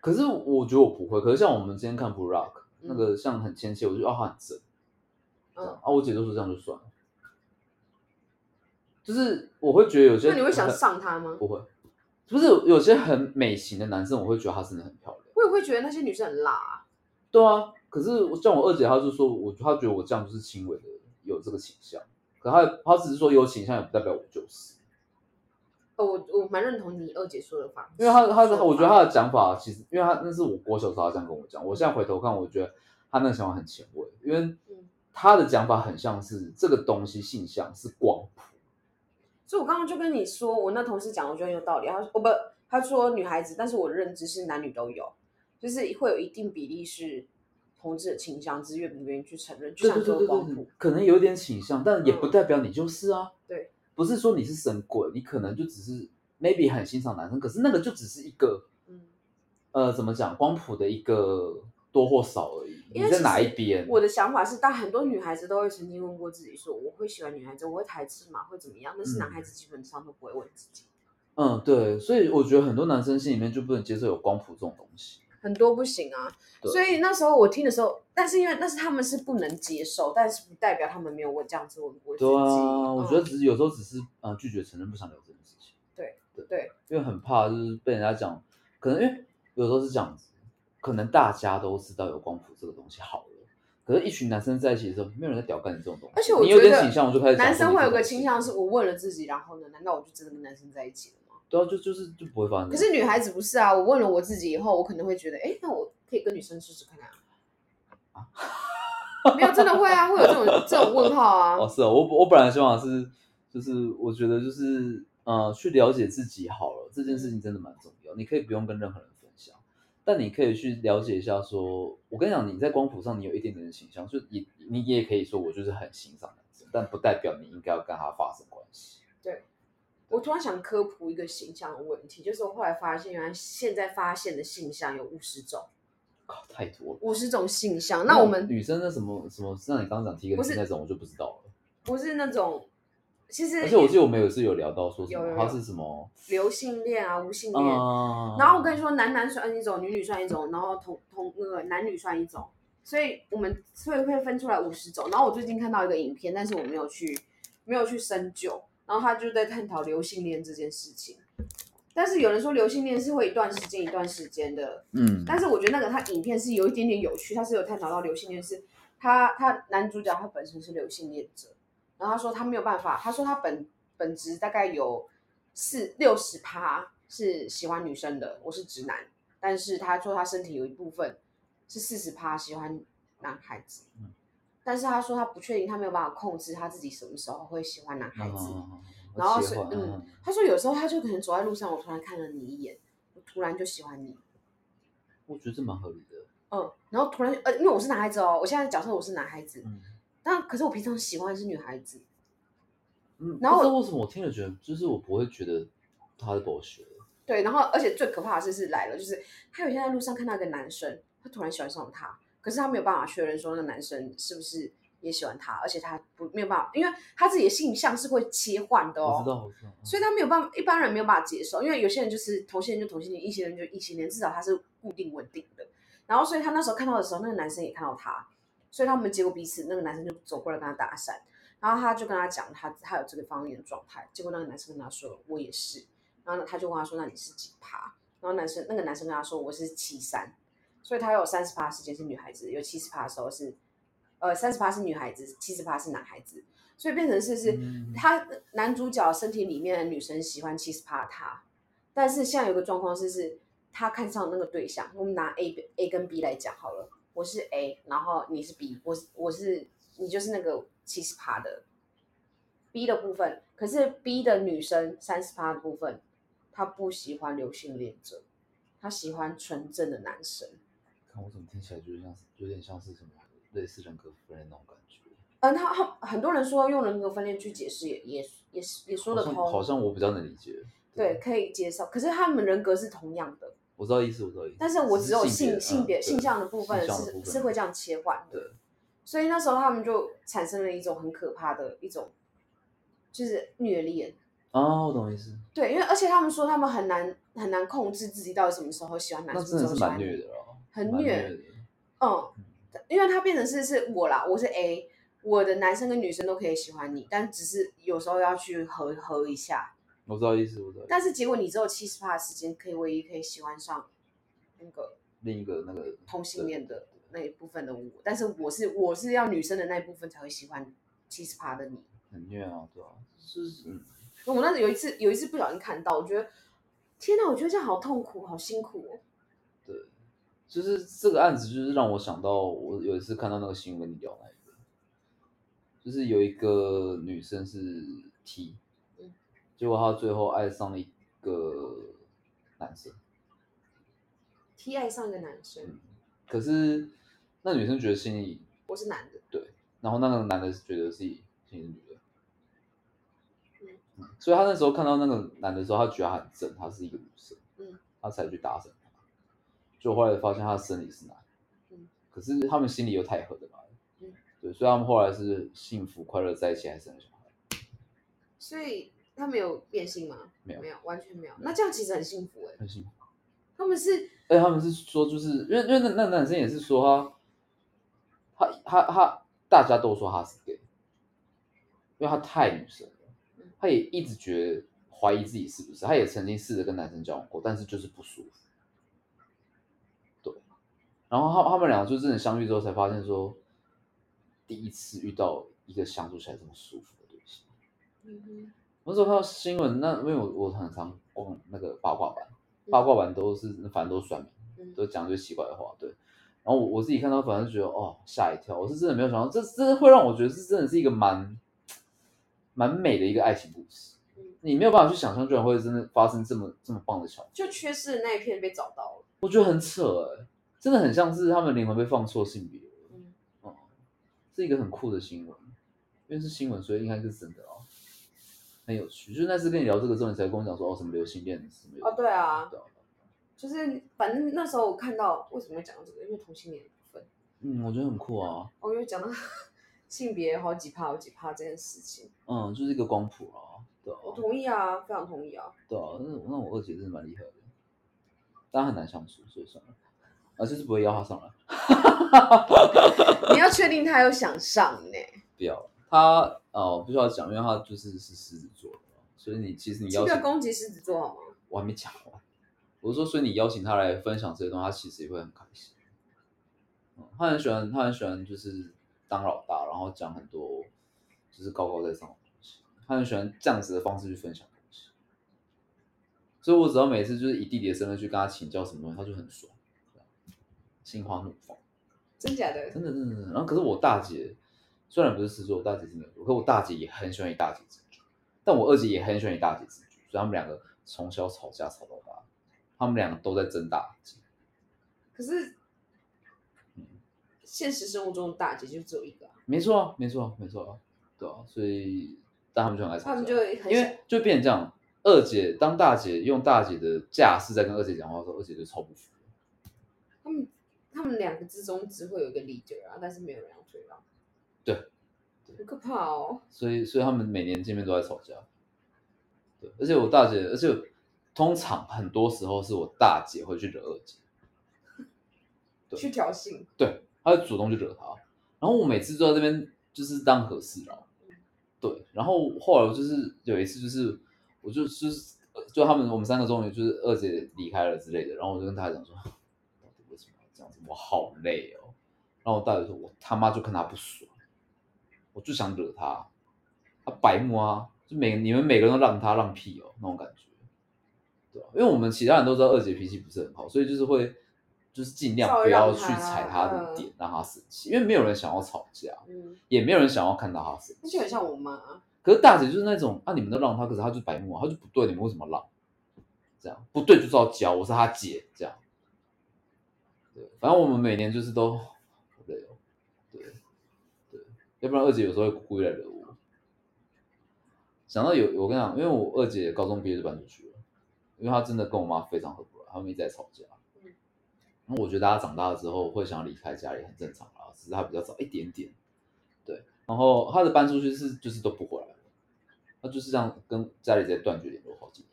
可是我觉得我不会。可是像我们今天看 b r o c k 嗯那个像很纤细，我就觉得啊他很正，这嗯样啊我姐就说这样就算了。就是我会觉得有些，那你会想上他吗？不会，不是有些很美型的男生，我会觉得他真的很漂亮。我也会觉得那些女生很辣、啊，对啊，可是我像我二姐，她就说我，她觉得我这样就是轻微的有这个倾向，可她她只是说有倾向，也不代表我就是，哦，我我蛮认同你二姐说的方式，因为她她说法我觉得她的讲法其实，因为她那是我国小时候她这样跟我讲，我现在回头看，我觉得她那个想法很前卫，因为她的讲法很像是这个东西性向是光谱，所以我刚刚就跟你说，我那同事讲，我觉得很有道理。他说，哦不，他说女孩子，但是我的认知是男女都有，就是会有一定比例是同志的倾向，只是愿不愿意去承认，就对像对说对对的光对谱，，可能有点倾向，但也不嗯代表你就是啊，对，不是说你是神棍，你可能就只是 maybe 很欣赏男生，可是那个就只是一个。嗯，呃，怎么讲，光谱的一个多或少而已。因你为在其哪实一边？我的想法是，但很多女孩子都会曾经问过自己说，我会喜欢女孩子，我会排斥嘛，会怎么样？但是嗯男孩子基本上都不会问自己，嗯，对，所以我觉得很多男生心里面就不能接受有光谱这种东西。很多不行啊。对所以那时候我听的时候，但是因为那是他们是不能接受，但是不代表他们没有我这样子问过自对己。啊，我嗯觉得只是有时候只是呃拒绝承认，不想聊这件事情。对对对，因为很怕就是被人家讲，可能因为有时候是这样子，可能大家都知道有光谱这个东西好了，可是一群男生在一起的时候，没有人在屌干你这种东西。而且我你有觉点得倾向，我就开始讲男说生你会这有个东倾西向，是我问了自己，然后呢？难道我就真的跟男生在一起了吗？对啊，就就是就不会发生可这种事。是女孩子不是啊，我问了我自己以后，我可能会觉得，哎，那我可以跟女生试试看 (laughs) 啊。没有，真的会哦啊，会有这种这种问号啊。哦，是哦，我我本来想法是，就是我觉得就是呃，去了解自己好了，这件事情真的蛮重要。你可以不用跟任何人分享，但你可以去了解一下说我跟你讲，你在光谱上你有一点点的倾向，就也你也可以说我就是很欣赏男生，但不代表你应该要跟他发生关系。我突然想科普一个形象的问题，就是我后来发现，原来现在发现的性向有五十种，靠，太多了。五十种性向。那我种们女生的什么什么，像你刚刚讲提不个是那种，我就不知道了。不是那种，其实而且我记得我们有一次有聊到说什有有么，有他是什么？流性恋啊、无性恋，啊然后我跟你说，男男算一种，女女算一种，然后同同那个男女算一种，所以我们所以会分出来五十种。然后我最近看到一个影片，但是我没有去没有去深究，然后他就在探讨流性恋这件事情。但是有人说流性恋是会一段时间一段时间的，嗯，但是我觉得那个他影片是有一点点有趣，他是有探讨到流性恋是，他他男主角他本身是流性恋者，然后他说他没有办法，他说他本本质大概有四六十趴是喜欢女生的，我是直男，但是他说他身体有一部分是四十趴喜欢男孩子嗯，但是他说他不确定，他没有办法控制他自己什么时候会喜欢男孩子，嗯然后切是换嗯，他说有时候他就可能走在路上，我突然看了你一眼，我突然就喜欢你，我觉得这蛮合理的。嗯，然后突然呃，因为我是男孩子哦，我现在假设我是男孩子，嗯但可是我平常喜欢的是女孩子，嗯，然后不知道为什么我听了觉得，就是我不会觉得他是 bullshit 的。对，然后而且最可怕的事是来了，就是他有一天在路上看到一个男生，他突然喜欢上他，可是他没有办法确认说那男生是不是也喜欢他，而且他不没有办法，因为他自己的性向是会切换的哦，我知道，我知道。嗯所以他没有办法，一般人没有办法接受，因为有些人就是同性恋就同性恋，异性恋就异性恋，至少他是固定稳定的。然后，所以他那时候看到的时候，那个男生也看到他，所以他们结果彼此，那个男生就走过来跟他搭讪，然后他就跟他讲他他有这个方面的状态，结果那个男生跟他说我也是，然后他就问他说那你是几趴？然后男生那个男生跟他说我是七三，所以他有三十趴时间是女孩子，有七十趴的时候是，呃三十趴是女孩子，七十趴是男孩子，所以变成是是。嗯他男主角身体里面的女生喜欢七十趴他，但是现在有个状况是是，他看上那个对象，我们拿 A A 跟 B 来讲好了，我是 A，然后你是 B，我是我是你就是那个七十趴的 B 的部分，可是 B 的女生三十趴的部分，她不喜欢流性恋者，她喜欢纯正的男生。看我怎么听起来就是像是有点像是什么类似人格分裂那种感觉，嗯，他很很多人说用人格分裂去解释也也也是也说好得像好通，像我比较能理解。对，，可以接受。可是他们人格是同样的，我知道意思，我知道意思。但是我只有性性嗯性别性向的部分是是会这样。样切换的对，所以那时候他们就产生了一种很可怕的一种，就是虐恋。啊，我懂意思，对，因为而且他们说他们很难很难控制自己到底什么时候喜欢男那生，真的什是么时候喜蛮欢虐女的啦，很蛮虐的。嗯，因为他变成是是我啦，我是 A，我的男生跟女生都可以喜欢你，但只是有时候要去合合一下。我知道意思，我知道意思。但是结果你只有七十趴的时间可以唯一可以喜欢上那个另一个那个同性恋的那一部分的我，但是我是我是要女生的那一部分才会喜欢七十趴的你。很虐啊，对啊，就是嗯，我那时候有一次有一次不小心看到，我觉得天哪，我觉得这样好痛苦，好辛苦哦。就是这个案子，就是让我想到我有一次看到那个新闻跟你聊那一个，就是有一个女生是 T，嗯结果她最后爱上了一个男生， T 爱上一个男生嗯，可是那女生觉得心里，我是男的，然后那个男的觉得自己心里是女的嗯，嗯所以她那时候看到那个男的时候，她觉得他很正，他是一个女生，嗯，她才去搭讪他，就后来发现他生理是男，嗯，可是他们心里又太合得来了，嗯，对，所以他们后来是幸福快乐在一起，还生了小孩，所以他们有变性吗？没有没有，完全没有。那这样其实很幸福哎、很幸福。他们是而且他们是说，就是因为因为那那男生也是说他，他他他大家都说他是 gay，因为他太女生了嗯，他也一直觉得怀疑自己是不是，他也曾经试着跟男生交往过，但是就是不舒服。对，然后他他们两个就真的相遇之后才发现说，第一次遇到一个相处起来这么舒服的对象。嗯我那时候看到新闻，那因为我我很常逛那个八卦版，八卦版都是反正都是酸民，嗯都讲一些奇怪的话，对。然后我我自己看到，反正觉得哦吓一跳，我是真的没有想到，这这会让我觉得是真的是一个蛮蛮美的一个爱情故事。嗯你没有办法去想象，居然会真的发生这么这么棒的巧合，就缺失的那一片被找到了。我觉得很扯哎、真的很像是他们灵魂被放错性别了，嗯，嗯，是一个很酷的新闻，因为是新闻，所以应该是真的哦，很有趣。就是那次跟你聊这个之后，你才跟我讲说哦，什么流行恋什么有哦对啊对啊就是反正那时候我看到为什么会讲到这个，因为同性恋的部分，嗯，我觉得很酷啊，我因为讲到 (laughs) 性别好几趴好几趴这件事情，嗯，就是一个光谱啊，对啊，我同意啊，非常同意啊。对啊，那那我二姐真的蛮厉害的，但她很难相处，所以算了，啊，就是不会邀她上来，你要确定他有想上呢、不要了。她哦，必须要讲，因为她就是是狮子座的嘛，所以你其实你这邀个请攻击狮子座好吗？我还没讲完，我是说，所以你邀请她来分享这些东西，她其实也会很开心。嗯，她很喜欢，她很喜欢就是当老大，然后讲很多就是高高在上的东西，她很喜欢这样子的方式去分享东西。所以我只要每次就是以弟弟的身份去跟她请教什么东西，她就很爽，这样心花怒放。真假的？真的真的真的。然后可是我大姐虽然不是狮子座，我大姐是牛座，可我大姐也很喜欢你大姐之举，但我二姐也很喜欢你大姐之举，所以他们两个从小吵架吵到大，他们两个都在争大姐。可是现实生活中的大姐就只有一个、啊，没错啊，没错啊，没错啊，对啊，所以但他们就很爱吵架，他们就会很因想为就变成这样，二姐当大姐用大姐的架势在跟二姐讲话的时候，二姐就超不服。他们他们两个之中只会有一个 leader 啊，但是没有人要退让。对，很可怕哦。所以所以他们每年见面都在吵架。对，而且我大姐，而且通常很多时候是我大姐会去惹二姐，对去挑衅，对，她会主动去惹她，然后我每次都在这边就是当和事佬。对，然后后来我就是有一次就是我就就是呃就他们我们三个终于就是二姐离开了之类的，然后我就跟大姐讲说，到底为什么要这样子？我好累哦。然后我大姐说，我他妈就看她不爽，我就想惹她，她白目啊，就每你们每个人都让她让屁哦那种感觉，对吧、因为我们其他人都知道二姐脾气不是很好，所以就是会就是尽量稍微不要让去她踩她的嗯点，让她生气，因为没有人想要吵架，嗯，也没有人想要看到她生那气就。很像我妈、啊。可是大姐就是那种，啊，你们都让她，可是她就是白目啊，她就不对，你们为什么让？这样不对就是要教，我是她姐，这样。对，反正我们每年就是都好累哦，对对，要不然二姐有时候会故意来惹我。想到有我跟你讲，因为我二姐高中毕业就搬出去了，因为她真的跟我妈非常合不来，他们一直在吵架。然后我觉得大家长大了之后会想要离开家里很正常啦，只是她比较早一点点。然后他的搬出去是就是都不回来了，他就是这样跟家里直接断绝联络好几年，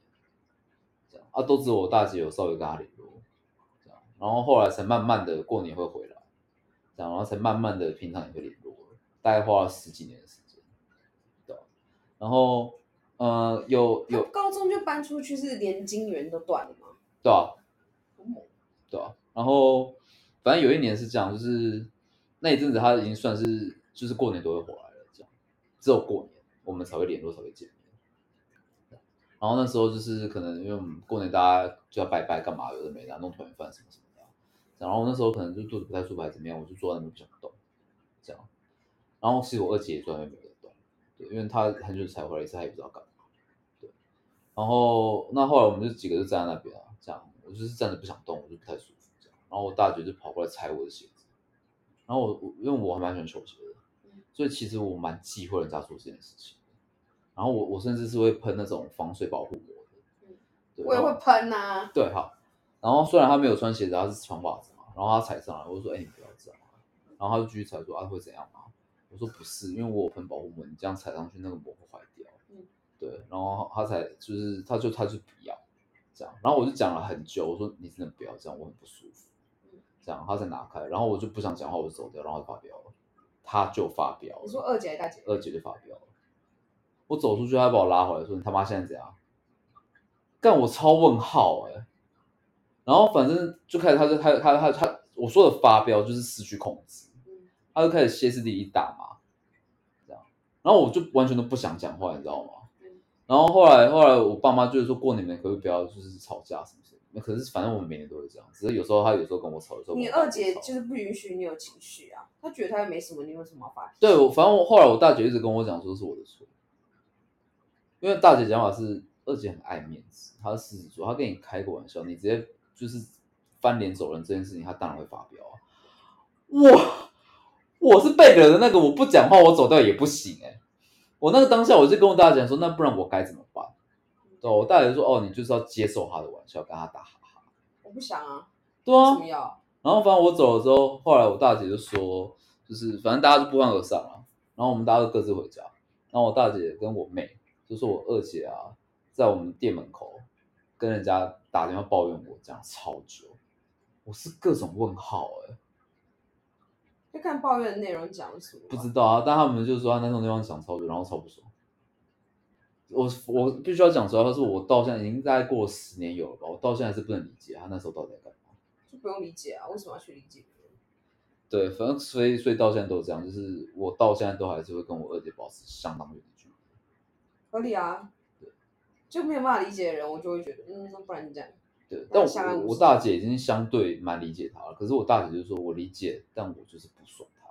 这样啊，都只有我大姐有稍微跟他联络，这样，然后后来才慢慢的过年会回来，这样，然后才慢慢的平常也会联络，大概花了十几年的时间，对吧，然后呃有有她高中就搬出去，是连金源都断了吗？对啊，好猛对啊，然后反正有一年是这样，就是那一阵子他已经算是就是过年都会回来了，这样，只有过年我们才会联络，才会见面。然后那时候就是可能因为我们过年大家就要拜拜干嘛，有的没的，弄团圆饭什么什么的啊。然后那时候可能就肚子不太舒服还是怎么样，我就坐在那边不想动，这样。然后其实我二姐也坐在那边没有动，对，因为她很久才回来一次，她也不知道干嘛。然后那后来我们就几个就站在那边啊，这样我就是站着不想动，我就不太舒服这样。然后我大姐就跑过来踩我的鞋子，然后我我因为我还蛮喜欢球鞋的嗯，所以其实我蛮忌讳人家做这件事情的。然后我我甚至是会喷那种防水保护膜的嗯，对我也然后会喷呐、啊。对，好。然后虽然他没有穿鞋子，他是穿袜子嘛，然后他踩上来，我就说：“哎、你不要这样啊。”然后他就继续踩说：“啊，会怎样吗？”我说：“不是，因为我有喷保护膜，你这样踩上去那个膜会坏掉。”嗯，对。然后他才就是，他就他就不要这样。然后我就讲了很久，我说：“你真的不要这样，我很不舒服。”嗯这样他才拿开，然后我就不想讲话，我就走掉，然后他发飙了，他就发飙了。你说二姐还是大姐？二姐就发飙了。我走出去，她把我拉回来，说：“你他妈现在怎样？”干我超问号哎、然后反正就开始她就，他就他他他他，我说的发飙就是失去控制，嗯，他就开始歇斯底里打骂，这样，然后我就完全都不想讲话，你知道吗嗯？然后后来后来我爸妈就是说过年可不可以不要就是吵架什么什么，那可是反正我们每年都会这样，只是有时候他有时候跟我吵，有时候跟你我爸二不姐吵就是不允许你有情绪啊，她觉得她又没什么，你为什么要发脾气？对我，反正我后来我大姐一直跟我讲说是我的错，因为大姐讲法是二姐很爱面子，她是狮子座，她跟你开个玩笑，你直接就是翻脸走人这件事情，她当然会发飙啊。我我是被惹的那个，我不讲话，我走掉也不行哎、我那个当下，我就跟我大姐讲说，那不然我该怎么办？对啊，我大姐就说，哦，你就是要接受她的玩笑，跟她打哈哈。我不想啊，对啊，为什么要？然后反正我走了之后，后来我大姐就说，就是反正大家就不欢而散了。然后我们大家都各自回家。然后我大姐跟我妹，就是我二姐啊，在我们店门口跟人家打电话抱怨我，讲超久。我是各种问号哎、就看抱怨的内容讲什么吧。不知道啊。但他们就说他那种地方想超久，然后超不爽。我我必须要讲出来，他说我到现在已经大概过了十年有了吧，我到现在还是不能理解他那时候到底在干嘛。就不用理解啊，为什么要去理解别人？对，反正所以所以到现在都这样，就是我到现在都还是会跟我二姐保持相当远的距离。合理啊，就没有办法理解的人，我就会觉得，嗯，那不然你这样，对，那但哦相安我无我事大姐已经相对蛮理解她了，可是我大姐就说我理解，但我就是不爽她。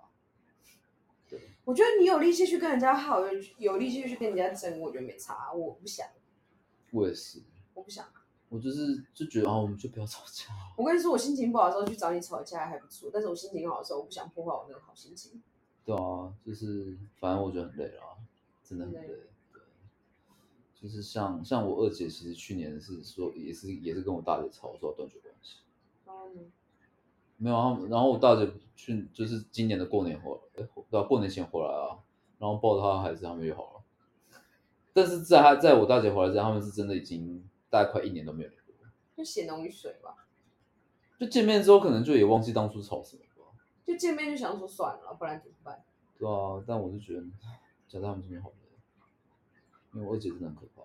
我觉得你有力气去跟人家好，有有力气去跟人家争，我觉得没差啊，我不想，我也是，我不想啊。我就是就觉得啊，我们就不要吵架。我跟你说，我心情不好的时候去找你吵架还不错，但是我心情好的时候，我不想破坏我那个好心情。对啊，就是反正我觉得很累啦，真的很累。很累对，就是像像我二姐，其实去年是说也是也是跟我大姐吵说要断绝关系。嗯，没有啊，然后我大姐去就是今年的过年回，哎，对啊，过年前回来啊，然后抱着她的孩子，他们约好了。但是在她在我大姐回来之前，他们是真的已经大概快一年都没有联络了，就血浓于水吧，就见面之后可能就也忘记当初吵什么了吧，就见面就想说算了，不然怎么办？对啊，但我就觉得夹在他们中间好累，因为我二姐真的很可怕，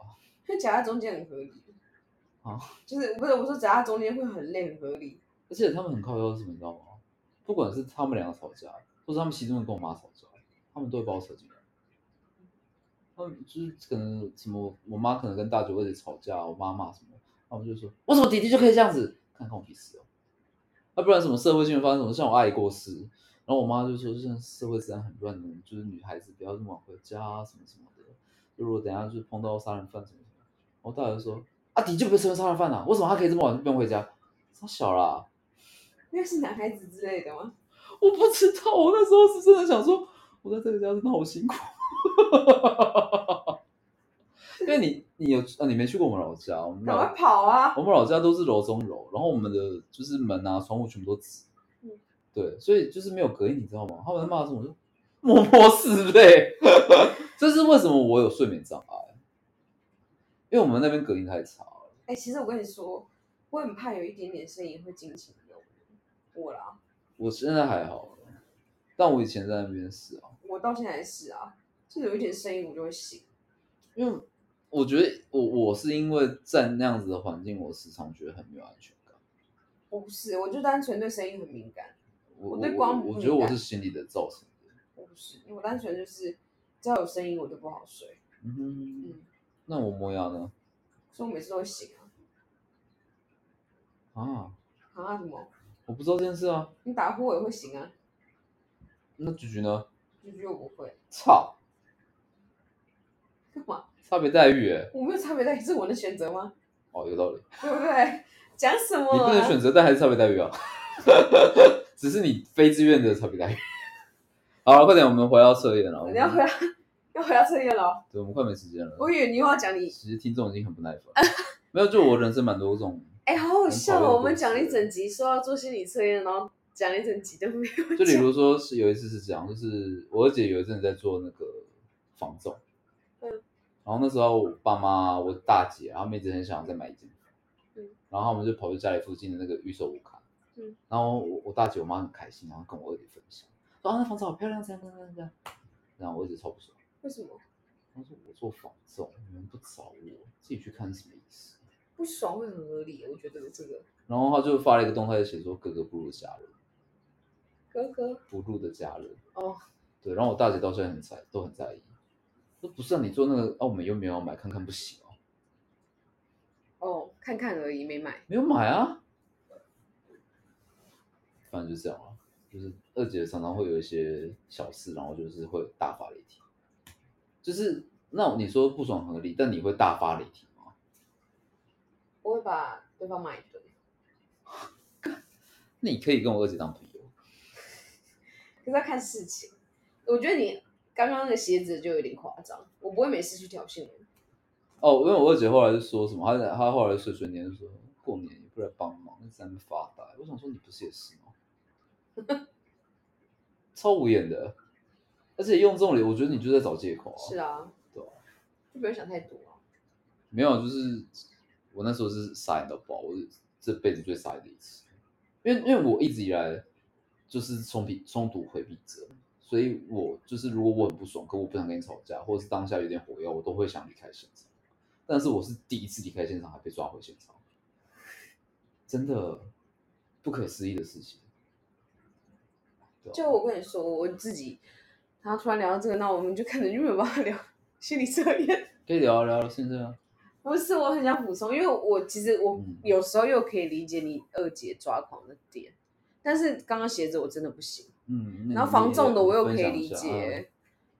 就夹在中间很合理。啊， (laughs) 就是不是我说夹在中间会很累很合理，而且他们很靠腰是什么，你知道吗？不管是他们两个吵架，或是他们其中一个跟我妈吵架，他们都会把我扯进来。他们就是可能什么，我妈可能跟大舅二姐吵架，我妈骂什么，他们就说为什么弟弟就可以这样子，看看我屁事哦。要、不然什么社会新闻发生什么，像我阿姨过世，然后我妈就说现在社会治安很乱的，就是女孩子不要这么晚回家啊，什么什么的。就如果等一下就是碰到杀人犯什么什么，我大舅就说啊，弟弟就不是成为杀人犯啊，为什么他可以这么晚就不用回家？超小啦、因为是男孩子之类的吗？我不知道，我那时候是真的想说，我在这个家真的好辛苦。 (laughs) 因为你你有啊，你没去过我们老家，我们赶老快跑啊！我们老家都是楼中楼，然后我们的就是门啊、窗户全部都纸，嗯对，所以就是没有隔音，你知道吗？他们在骂什么？我就默默拭泪。 (laughs) 这是为什么我有睡眠障碍？因为我们那边隔音太差了。哎、其实我跟你说，我很怕有一点点声音会惊醒我。我啦，我现在还好，但我以前在那边是啊。我到现在也是啊，就有一点声音我就会醒。因为我觉得我我是因为在那样子的环境，我时常觉得很没有安全感。我不是，我就单纯对声音很敏感。我我对光不我我觉得我敏是感心理的造成的。我不是，我单纯就是只要有声音我就不好睡，嗯哼嗯，那我磨牙呢？所以我每次都会醒啊。啊，啊什么？我不知道这件事啊。你打呼我也会醒啊，那菊菊呢？就觉得我不会操，干嘛？差别待遇哎。我没有差别待遇是我的选择 (laughs) 吗？哦，有道理，对不对？讲什么、啊？你不能选择，但还是差别待遇啊。 (laughs) 只是你非自愿的差别待遇。好了，快点，我们回到测验了。我你们要回到要回到测验了哦。对，我们快没时间了。我以为你又要讲你，其实听众已经很不耐烦了。没有，就我人生蛮多这种哎、好好笑我们讨论哦！过我们讲了一整集说要做心理测验，然后讲了一整集都没有讲。就比如说是有一次是这样，就是我二姐有一阵子在做那个房仲，嗯然后那时候我爸妈、我大姐，然后他们一直很想要再买一间房，嗯，然后他们就跑去家里附近的那个预售屋看，嗯，然后我我大姐我妈很开心，然后跟我二姐分享，说啊那房子好漂亮，这样这样这样这样，然后我二姐超不爽， (laughs) 为什么她说我做房仲，你们不找我，自己去看是什么意思？不爽会很合理？我觉得这个然后她就发了一个动态，写说格格不入的家人，哥哥不入的家人。哦，对，然后我大姐到现在很在都很在意，说不是啊，你做那个澳门又没有要买，看看不行哦，哦，看看而已，没买。没有买啊，反正就这样啊，就是二姐常常会有一些小事，然后就是会大发雷霆，就是那你说不爽合理，但你会大发雷霆吗？我会把对方骂一顿。那你可以跟我二姐当朋友。可是要看事情，我觉得你刚刚那个鞋子就有点夸张，我不会每次去挑衅人。哦，因为我二姐后来就说什么，她她后来碎碎念说过年也不来帮忙，一直在那边发呆。我想说你不是也是吗？超无言的，而且用这种理由，我觉得你就在找借口啊。是啊，对啊就不要想太多啊。没有，就是我那时候是傻眼到爆，我是这辈子最傻眼的一次，因为因为我一直以来就是冲比冲突回避者，所以我就是如果我很不爽，可我不想跟你吵架，或者是当下有点火药，我都会想离开现场。但是我是第一次离开现场还被抓回现场，真的不可思议的事情。对啊就我跟你说，我自己，然后突然聊到这个，那我们就可能就没有办法聊 (laughs) 心理测验。可以聊啊聊啊现在啊，不是，我很想补充，因为我其实我嗯有时候又可以理解你二姐抓狂的点，但是刚刚鞋子我真的不行。嗯，那然后你防也重的我又可分以享一理下啊解，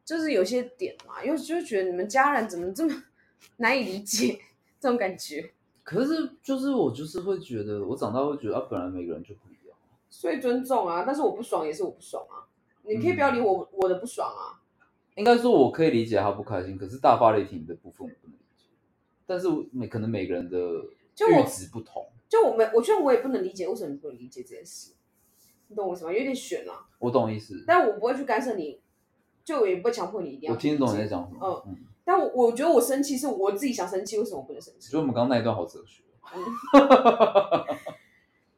就是有些点嘛，又就觉得你们家人怎么这么 (laughs) 难以理解这种感觉，可是就是我就是会觉得，我长大会觉得啊，本来每个人就不一样。所以尊重啊，但是我不爽也是我不爽啊，你可以不要理嗯我、我的不爽啊，应该说我可以理解他不开心，可是大发雷霆的部分我不能理解。但是我每可能每个人的就我阈值不同，就我们我觉得我也不能理解为什么你不能理解这件事，你懂我意思吗？有点悬啊，我懂意思，但我不会去干涉你，就我也不会强迫你一定要。我听得懂你在。讲什么。嗯，但我我觉得我生气是我自己想生气，为什么我不能生只气？是我们刚刚那一段好哲学。啊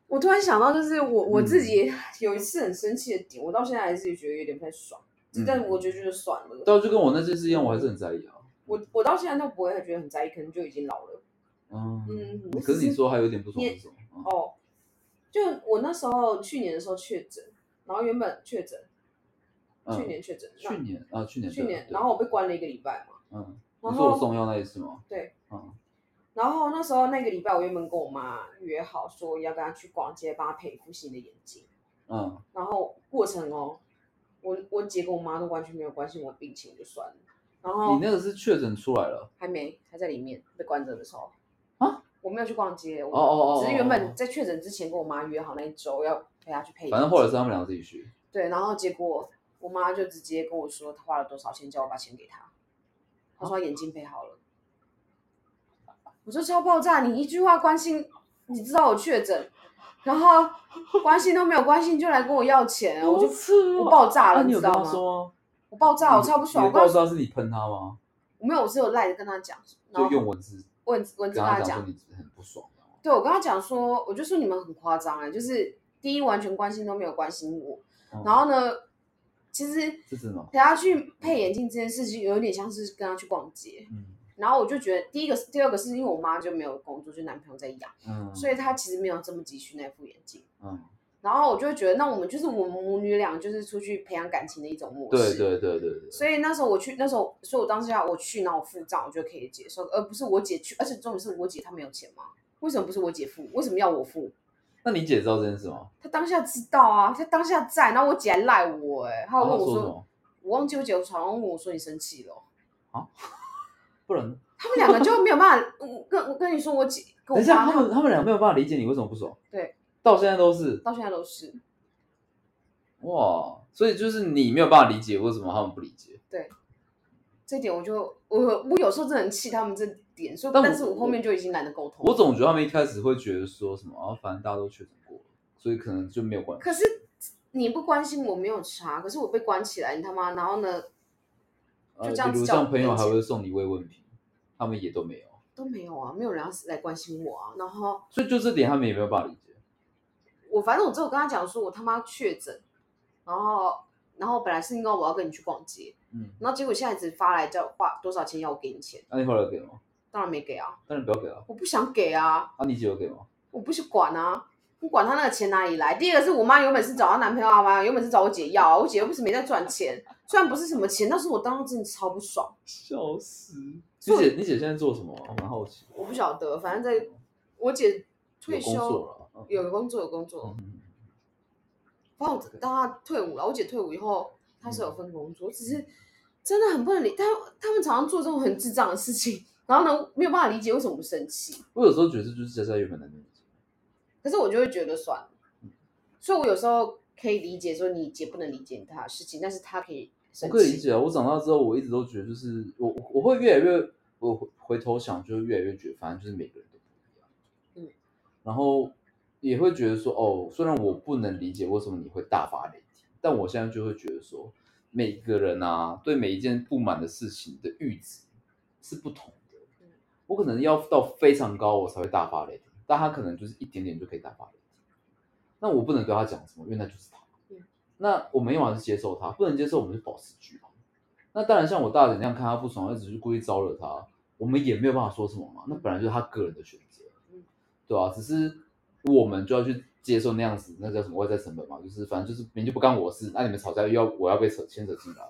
我突然想到，就是我我嗯自己 (laughs) 有一次很生气的点，我到现在还是觉得有点不太爽，嗯但我觉得就是算了。但啊就跟我那件事一样，我还是很在意啊。我我到现在都不会觉得很在意，可能就已经老了。嗯，嗯可是你说还有点不爽你是什么？嗯哦，就我那时候去年的时候确诊，然后原本确诊，嗯去年确诊，去年啊，去那年去年，对然后我被关了一个礼拜嘛，嗯，然你说我后送药那一次吗？对，嗯然后那时候那个礼拜，我原本跟我妈约好说要跟她去逛街，帮她配一副新的眼镜，嗯，然后过程哦，我我姐跟我妈都完全没有关心我病情就算了，然后你那个是确诊出来了，还没还在里面被关着的时候啊，我没有去逛街，我哦哦哦哦，只是原哦本在确诊之前跟我妈约好那一周要陪她去配眼镜，反正后来是他们俩自己去，对，然后结果我妈就直接跟我说她花了多少钱，叫我把钱给她。她说她眼睛配好了，我就超爆炸！你一句话关心，你知道我确诊，然后关心都没有关心就来跟我要钱，哎啊我 (laughs) 就我爆炸啊了，你有知跟道他吗？说吗？我爆炸，我超不爽！你我你的爆告诉炸是你喷他吗？我没有，我只有赖着跟她讲，然就后用文字文字文跟字跟她他讲说，你很不爽，然后对我跟他讲说，我就说你们很夸张哎，就是第一完全关心都没有关心我，嗯然后呢，其实这是吗？陪他去配眼镜这件事情，有点像是跟他去逛街。嗯然后我就觉得，第一个、第二个是因为我妈就没有工作，就男朋友在养，嗯，所以她其实没有这么急需那副眼镜。嗯，然后我就会觉得，那我们就是我们母女俩就是出去培养感情的一种模对式。对对对对，所以那时候我去，那时候所以我当时要我去，然后我付账，我就可以接受，而不是我姐去。而且重点是我姐她没有钱嘛，为什么不是我姐付？为什么要我付？那你姐知道这件事吗？她当下知道啊，她当下在，然后我姐还赖我、欸，哎，她啊她有问我说说，什么？我忘记我姐好像问我说你生气了哦、不然，他们两个就没有办法，我跟我跟你说，我姐跟等我一下，妈他他们他们俩没有办法理解你为什么不爽，对，到现在都是到现在都是哇，所以就是你没有办法理解为什么他们不理解，这点，我就我我有时候真的很气他们这点，所以但但我是我后面就已经懒得沟通了。我总觉得他们一开始会觉得说什么啊，反正大家都确诊过了，所以可能就没有关系，可是你不关心我没有查，可是我被关起来，你他妈，然后呢就呃这样比子如叫我像朋友面还前会送你慰问品，他们也都没有，都没有啊，没有人要来关心我啊。然后所以就这点他们也没有办法理解，我反正我只有跟他讲说，我他妈确诊，然后然后本来是应该我要跟你去逛街，嗯，然后结果现在只发来叫花多少钱要我给你钱，那你后来给吗？当然没给啊，当然不要给啊，我不想给啊，啊，你姐有给吗？我不去管啊，我管他那个钱哪里来。第一个是我妈原本是找她男朋友啊嘛，原本是找我姐要啊，我姐又不是没在赚钱，虽然不是什么钱，但是我当时真的超不爽。笑死！你所以姐，你姐现在做什么啊？我蛮好奇。我不晓得，反正在我姐退有工休作了啊，有工作有工作，嗯嗯然后我当她退伍了，我姐退伍以后她是有份工作，只是真的很不能理他，他们常常做这种很智障的事情，然后呢没有办法理解为什么不生气，我有时候觉得这就是家家有本难念的经。可是我就会觉得算了，嗯所以我有时候可以理解说你姐不能理解他的事情，但是他可以我生可以理气，解啊，我长大之后，我一直都觉得就是我我我会越来越我回回头想，就会越来越觉得，反正就是每个人都不一样。嗯，然后也会觉得说，哦，虽然我不能理解为什么你会大发雷霆，但我现在就会觉得说，每个人啊，对每一件不满的事情的阈值是不同的嗯。我可能要到非常高，我才会大发雷霆，但他可能就是一点点就可以大发雷霆。那我不能跟他讲什么，因为那就是他。那我没有办法去接受他，不能接受我们就保持距离。那当然，像我大姐那样看他不爽，一直去故意招惹他，我们也没有办法说什么嘛。那本来就是他个人的选择嗯，对啊，只是我们就要去接受那样子，那叫什么外在成本嘛，就是反正就是明明就不干我的事，那你们吵架又要我要被扯牵扯进来，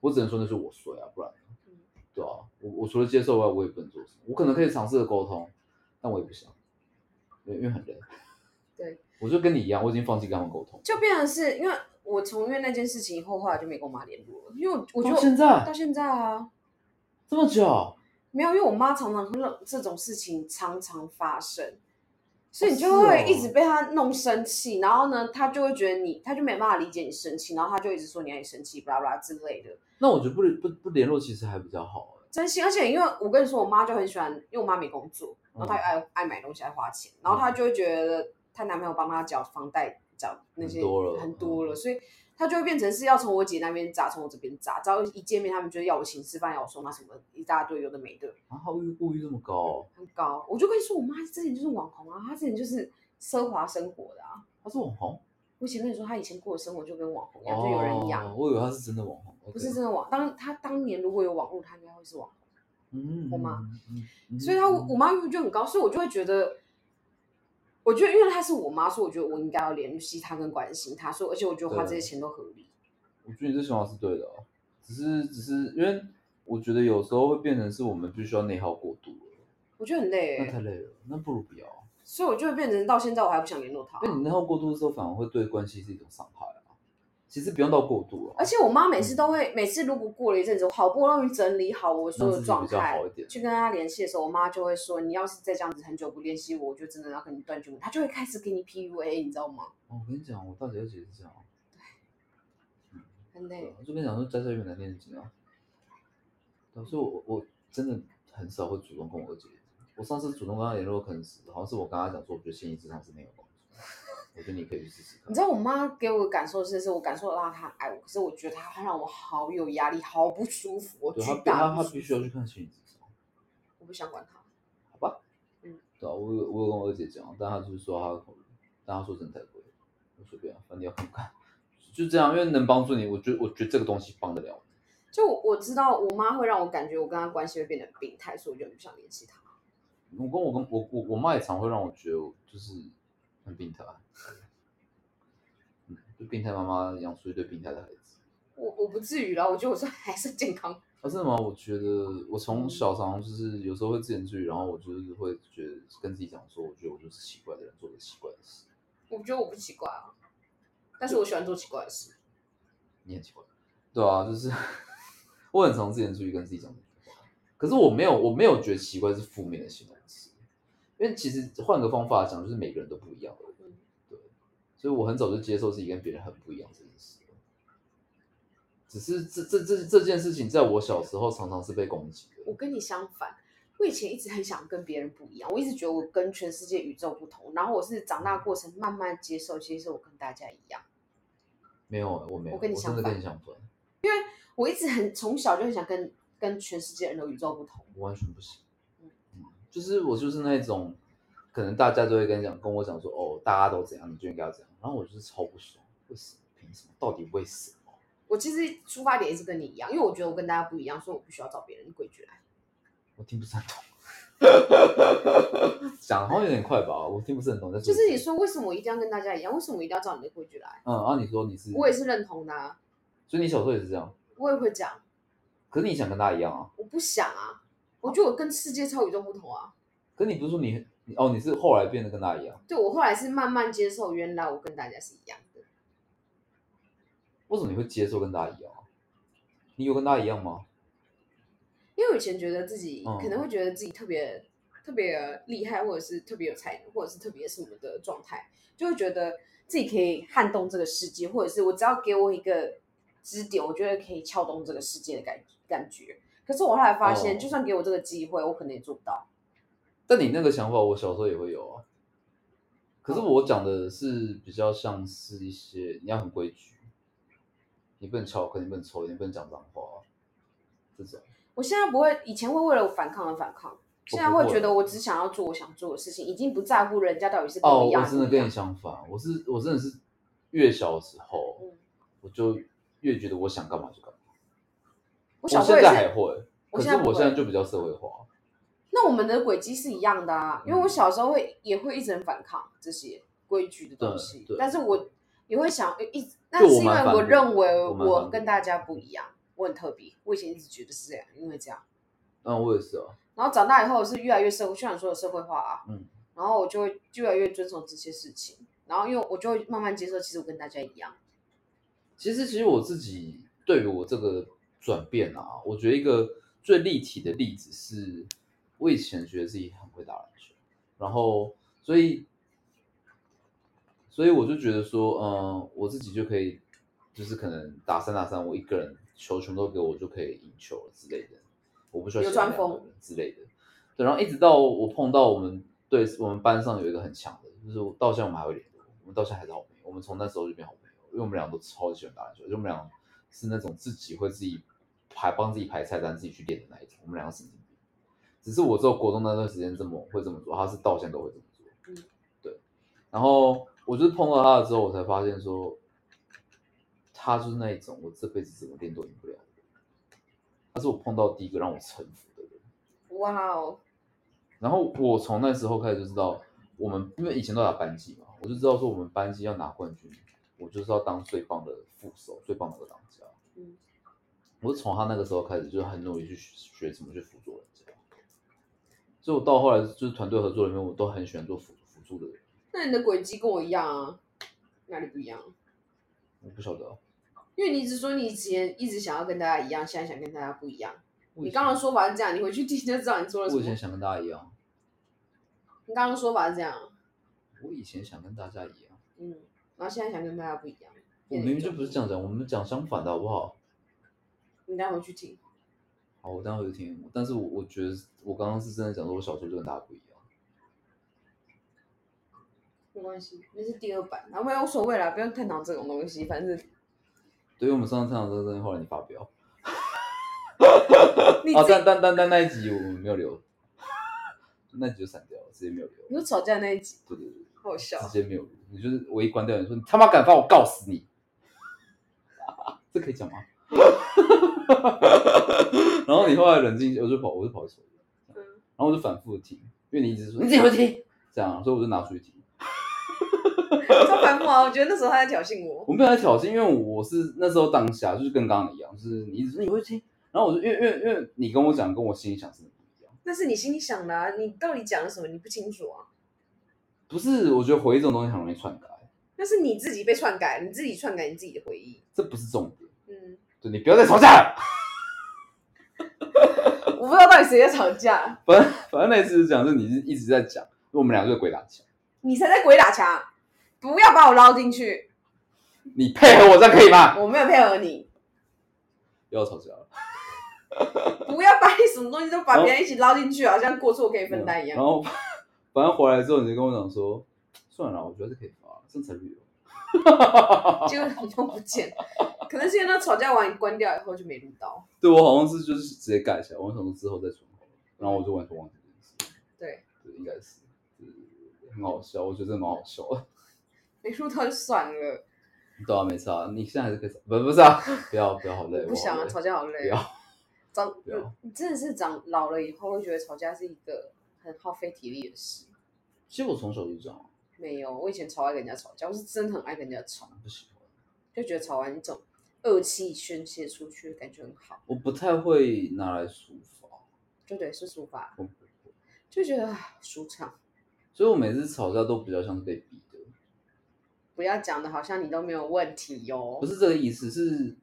我只能说那是我衰啊，不然嗯，对啊，我我除了接受外，我也不能做什么。我可能可以尝试的沟通，但我也不想，因为因为很累。对，我就跟你一样，我已经放弃跟他们沟通。就变成是因为我从因为那件事情以后，后来就没跟我妈联络了，因为我我觉到得现在到现在啊，这么久，没有，因为我妈常常会让这种事情常常发生，所以你是就哦会一直被她弄生气，然后呢，她就会觉得你，她就没办法理解你生气，然后她就一直说你爱生气，巴拉巴拉之类的。那我觉得不不不联络其实还比较好哎、真心，而且因为我跟你说，我妈就很喜欢，因为我妈没工作，然后嗯她也爱、爱买东西，爱花钱，然后她就会觉得她男朋友帮她缴房贷，缴那些很多了嗯很多了，所以她就会变成是要从我姐那边砸，从我这边砸，只要一见面，他们就要我请吃饭，要我送她什么一大堆有的没的，然啊后物欲物欲这么高哦、很高。我就跟你说，我妈之前就是网红啊，她之前就是奢华生活的啊。他是网红，我以前跟你说，她以前过的生活就跟网红一样，就有人养哦，我以为他是真的网红，不是真的网。当她当年如果有网络，她应该会是网红。嗯，我妈吗？嗯嗯所以她嗯我妈欲望就很高，所以我就会觉得，我觉得因为她是我妈，所以我觉得我应该要联系她跟关心她，所以而且我觉得花这些钱都合理。我觉得你这想法是对的哦、只是只是因为我觉得有时候会变成是我们必须要内耗过度了，我觉得很累、那太欸，累了，那不如不要，所以我就会变成到现在我还不想联络她。因为你内耗过度的时候，反而会对关系是一种伤害啊。其实不用到过度了，而且我妈嗯每次都会，每次如果过了一阵子，我好不容易整理好我所有状态让自己比较好一，点去跟她联系的时候，我妈就会说：“你要是再这样子很久不联系我，我就真的要跟你断绝。”她就会开始给你 PUA，你知道吗？哦我跟你讲，我大姐二姐是这样，很对累啊。就跟你讲说家家有本难念的经啊。对啊所以我我真的很少会主动跟我二姐联络。我上次主动跟她联络，可能是好像是我跟她讲说，我觉得心理智商是没有帮助，我觉得你可以去试试看你。知道我妈给我的感受是，是我感受到她很爱我，可是我觉得她她让我好有压力，好不舒服，我对巨她大不她她舒必服须要去看心理智商，我不想管她。好吧？嗯，对啊，我有我有跟我二姐讲，但她就是说她，但她说真的太贵，我随便、啊，反正你要看看，就这样，因为能帮助你，我觉得我觉得这个东西帮得了你。就我我知道我妈会让我感觉我跟她关系会变得病态，所以我就很不想联系她。我跟我跟我我我妈也常会让我觉得我就是很病态，啊嗯，就病态妈妈养出一堆病态的孩子。我我不至于啦，我觉得我算还是健康。啊，真的吗？我觉得我从小常常就是有时候会自言自语，然后我就是会觉得跟自己讲说，我觉得我就是奇怪的人，做着奇怪的事，我觉得我不奇怪啊，但是我喜欢做奇怪的事。你很奇怪，对啊，就是 (laughs) 我很常自言自语跟自己讲这句话，可是我没有我没有觉得奇怪是负面的形容词，因为其实换个方法讲，就是每个人都不一样的，嗯对，所以我很早就接受自己跟别人很不一样这件事。只是这这这这件事情，在我小时候常常是被攻击的。我跟你相反，我以前一直很想跟别人不一样，我一直觉得我跟全世界宇宙不同，然后我是长大过程慢慢接受，接受我跟大家一样。没有，啊我没有，我跟你真的相反跟你相反，我一直很从小就很想跟跟全世界人都与众不同。我完全不行嗯。嗯，就是我就是那种，可能大家都会跟你讲跟我讲说，哦，大家都怎样，你就应该要怎样，然后我就是超不爽，为什么？凭什么？到底为什么？我其实出发点也是跟你一样，因为我觉得我跟大家不一样，所以我不需要找别人规矩来。我听不是很 (laughs) 懂，讲好像有点快吧，我听不是很懂。但就是你，说为什么我一定要跟大家一样？为什么我一定要照你的规矩来？嗯，然后你说你是，我也，是认同的、啊，所以你小时候也是这样，我也会讲，可是你想跟大家一样啊，我不想啊，我觉得我跟世界超与众不同啊。可是你不是说你你哦，你是后来变得跟大家一样，对我后来是慢慢接受，原来我跟大家是一样的。为什么你会接受跟大家一样啊？你有跟他一样吗？因为我以前觉得自己嗯可能会觉得自己特别、特别厉害，或者是特别有才能，或者是特别什么的状态，就会觉得自己可以撼动这个世界，或者是我只要给我一个支点，我觉得可以撬动这个世界的感感觉。可是我后来发现，哦就算给我这个机会，我可能也做不到。但你那个想法，我小时候也会有啊。可哦是我讲的是比较像是一些你要很规矩，你不能翘课，你不能抽烟，你不能讲脏话，这种。我现在不会，以前会为了我反抗而反抗，现在哦不会会嗯觉得我只想要做我想做的事情，已经不在乎人家到底是跟哦，我一我样还是真不一样。的跟你相反，我是我真的是越小的时候，嗯我就越觉得我想干嘛就干嘛。我我小时现候也在是还会，我可现是在不我现在会就比较社会化。那我们的轨迹是一样的啊，因为嗯我小时候会也会一直很反抗这些规矩的东西对，对但是我也会想呃一直，那我是因蛮为反我骨认为我蛮反我骨跟大家不一样，我很特别，我以前一直觉得是这样，因为这样，嗯，我也是啊。然后长大以后是越来越社会，就像你说的社会化啊，嗯，然后我就会越来越遵守这些事情，然后因为我就会慢慢接受，其实我跟大家一样，其实，其实我自己对于我这个转变啊，我觉得一个最立体的例子是，我以前觉得自己很会打篮球，然后所以，所以我就觉得说，嗯、我自己就可以，就是可能打三打三，我一个人球全部都给我，我就可以赢球了之类的，我不需要流其他川两个枫人之类的。对，然后一直到我碰到我们对我们班上有一个很强的，就是我到现在我们还会联络，我们到现在还是好朋友，我们从那时候就变好朋友，因为我们俩都超级喜欢打篮球，就我们俩是那种自己会自己排帮自己排菜单、自己去练的那一种，我们两个神经病。只是我只有国中那段时间这么会这么做，他是到现在都会这么做。嗯，对。然后我就是碰到他了之后，我才发现说，他就是那一种我这辈子怎么练都赢不了的人，他是我碰到第一个让我臣服的人。哇哦，然后我从那时候开始就知道，我们因为以前都打班级嘛，我就知道说我们班级要拿冠军，我就是要当最棒的副手，最棒的当家。嗯，我是从他那个时候开始就很努力去学学怎么去辅助人家，所以我到后来就是团队合作里面，我都很喜欢做辅辅助的人。那你的轨迹跟我一样啊，哪里不一样？啊我不晓得啊，因为你一直说你以前一直想要跟大家一样，现在想跟大家不一样。我你以刚刚前的说法是这样，你回去听就知道你做了什我么以。前想跟大家一样，你刚刚的说法是这样，我以前想跟大家一样，嗯，然后现在想跟大家不一样。我明明就不是这样讲，我们讲相反的好不好？你待会去听。好，我待会就听，但是我我觉得我刚刚是真的讲说，我小时候就跟大家不一样。没关系，那是第二版，然后没有无所谓啦，不用探讨这种东西，反正哦对于我们上次探讨这个东西，后来你发表你啊，自己但但但但那一集我们没有留，那集就删掉了，直接没有留。你说吵架那一集对对对，啊好笑， (laughs) 直接没有录。你就是我一关掉，你说你他妈敢发，我告死你！ (laughs) 这可以讲吗？ (laughs) 然后你后来冷静，我就跑，我就跑去抽烟，嗯然后我就反复地听，因为你一直说你自己会听，这样，啊所以我就拿出去听。超反复啊！我觉得那时候他在挑衅我，我没有在挑衅，因为我是那时候当下就是跟刚刚一样，就是你一直说你会听，然后我就因为因为因为你跟我讲，跟我心里想是不一样。那是你心里想的、啊，你到底讲了什么你不清楚啊？不是，我觉得回忆这种东西很容易篡改，那是你自己被篡改，你自己篡改你自己的回忆。这不是重点。嗯，对你不要再吵架了。 (laughs) 我不知道到底谁在吵架，反正反正那次是讲是你是一直在讲，我们俩就是鬼打墙，你才在鬼打墙，不要把我捞进去，你配合我这样可以吗？我没有配合你。又要吵架了，不要把你什么东西都把别人一起捞进去，好像过错可以分担一然样。后反正回来之后，你就跟我讲说，算了啦，我觉得是可以发，这样才旅游。结果你都不见，可能是因为那吵架完你关掉以后就没录到。对我好像是就是直接改起来，我想说之后再存好了，然后我就完全忘记这件事。对，对，应该是，对很好笑，我觉得真的蛮好笑的。没录到就算了，对啊，没差，你现在还是可以吵，不不是啊，不要不要，好累，我不想我好啊，累吵架好不累要啊。长不要你真的是长老了以后会觉得吵架是一个很耗费体力的事。其实我从小就这样，啊没有，我以前超爱跟人家吵架，我是真的很爱跟人家吵，不喜欢，就觉得吵完一种恶气宣泄出去，感觉很好。我不太会拿来抒发。就对，是抒发，我不就觉得啊舒畅。所以我每次吵架都比较像是被逼的，不要哦讲的好像你都没有问题哟、不是这个意思，是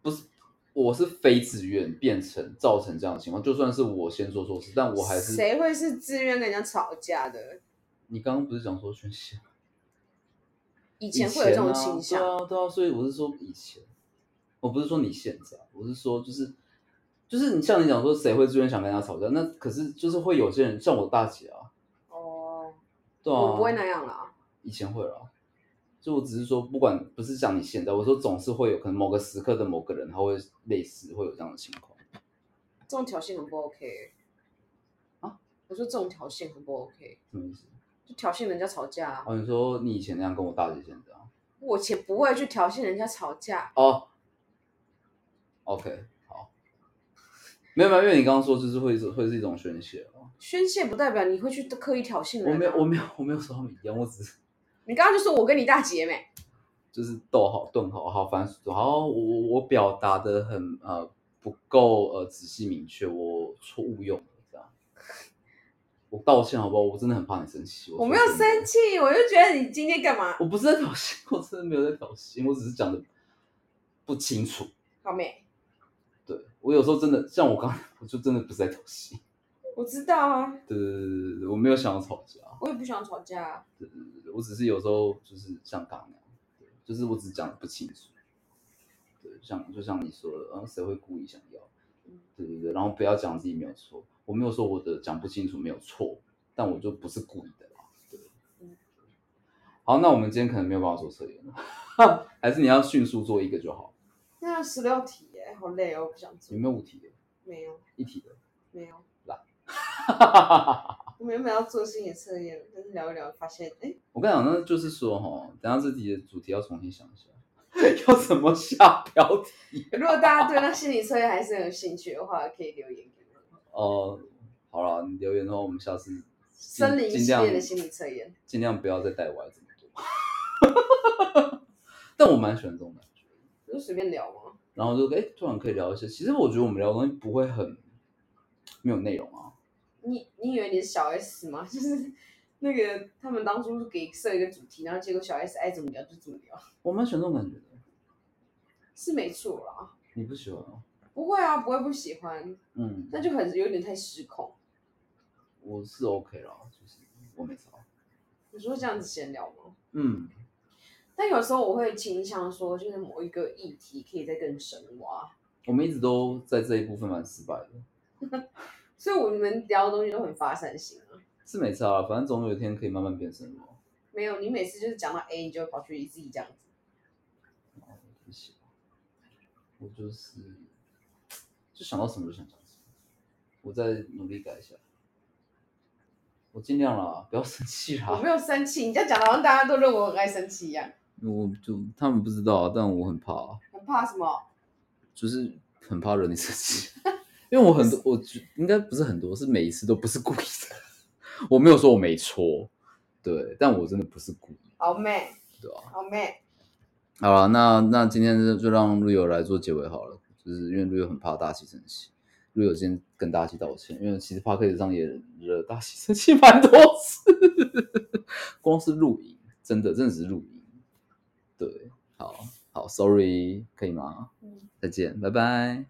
不是我是非自愿变成造成这样的情况，就算是我先做错事，但我还是谁会是自愿跟人家吵架的？你刚刚不是讲说宣泄？以以前会有这种啊倾向，对啊，对啊，所以我是说以前，我不是说你现在，我是说就是就是你像你讲说谁会自愿想跟他吵架，那可是就是会有些人像我大姐啊，哦，对啊，我不会那样啦。以前会啦，就我只是说，不管不是讲你现在，我说总是会有可能某个时刻的某个人，他会类似会有这样的情况。这种挑衅很不 OK。啊？我说这种挑衅很不 OK，什么意思？就挑衅人家吵架啊。哦，你说你以前那样跟我大姐现在这样？我且不会去挑衅人家吵架，哦，OK，好，没有没有，因为你刚刚说就是会是会是一种宣泄哦。宣泄不代表你会去刻意挑衅人、啊。我没有我没有我没有说他们一样，我只是你刚刚就说我跟你大姐妹，就是逗号顿号好，反正好，我我我表达的很呃不够呃仔细明确，我错误用了这样。我道歉好不好？我真的很怕你生气。我说没有真的生气，我就觉得你今天干嘛？我不是在挑衅，我真的没有在挑衅，我只是讲的不清楚。好美，对我有时候真的像我刚，我就真的不是在挑衅。我知道啊，对对对对对，我没有想要吵架。我也不喜欢吵架、啊。对对对对，我只是有时候就是像刚刚那样，对就是我只是讲的不清楚。对，像就像你说的，嗯，谁会故意想要嗯？对对对，然后不要讲自己没有错，我没有说我的讲不清楚没有错，但我就不是故意的啦。对嗯，好，那我们今天可能没有办法做测验了， (laughs) 还是你要迅速做一个就好。那要十六题耶，好累哦，我不想做有。没有五题的？没有，一题的？没有。哈， (laughs) 我们原本要做心理测验，但是聊一聊发现，哎，我跟你讲，那就是说哈，等下这题的主题要重新想一下， (laughs) 要怎么下标题。如果大家对那心理测验还是很有兴趣的话，可以留言给我们。哦、好了，你留言的话，我们下次尽森林尽系量列的心理测验，尽量不要再带歪这么多。 (laughs) 但我蛮喜欢这种感觉，就随便聊嘛。然后就哎、诶突然可以聊一些。其实我觉得我们聊的东西不会很没有内容啊。你你以为你是小 S 吗？ (laughs) 就是那个他们当初给设一个主题，然后结果小 S 爱怎么聊就怎么聊，我蛮喜欢这种感觉的，是没错啦。你不喜欢啊？不会啊，不会不喜欢，嗯，那就很有点太失控。我是 OK 啦，就是我没差。你说这样子闲聊吗？嗯，但有时候我会倾向说，就是某一个议题可以再更深挖，我们一直都在这一部分蛮失败的，所以我们聊的东西都很发散性啊。是没差啦，反正总有一天可以慢慢变深入啊。没有，你每次就是讲到 A，你就会跑去自己这样子。不行，我就是就想到什么就想讲什么，我再努力改一下，我尽量啦，不要生气啊我啦。没有生气，你这样讲的好像大家都认为我很爱生气一样，我就他们不知道啊，但我很怕啊，很怕什么？就是很怕惹你生气，因为我很多，我觉应该不是很多，是每一次都不是故意的，我没有说我没错，对，但我真的不是故意，啊好妹，对吧、好妹，好了，那那今天就就让陆友来做结尾好了，就是因为陆友很怕大气生气，陆友今天跟大气道歉，因为其实 p a c k a g e 上也惹大气生气蛮多次，光是录影，真的真的只是录影，对，好好，sorry，可以吗？嗯再见，拜拜。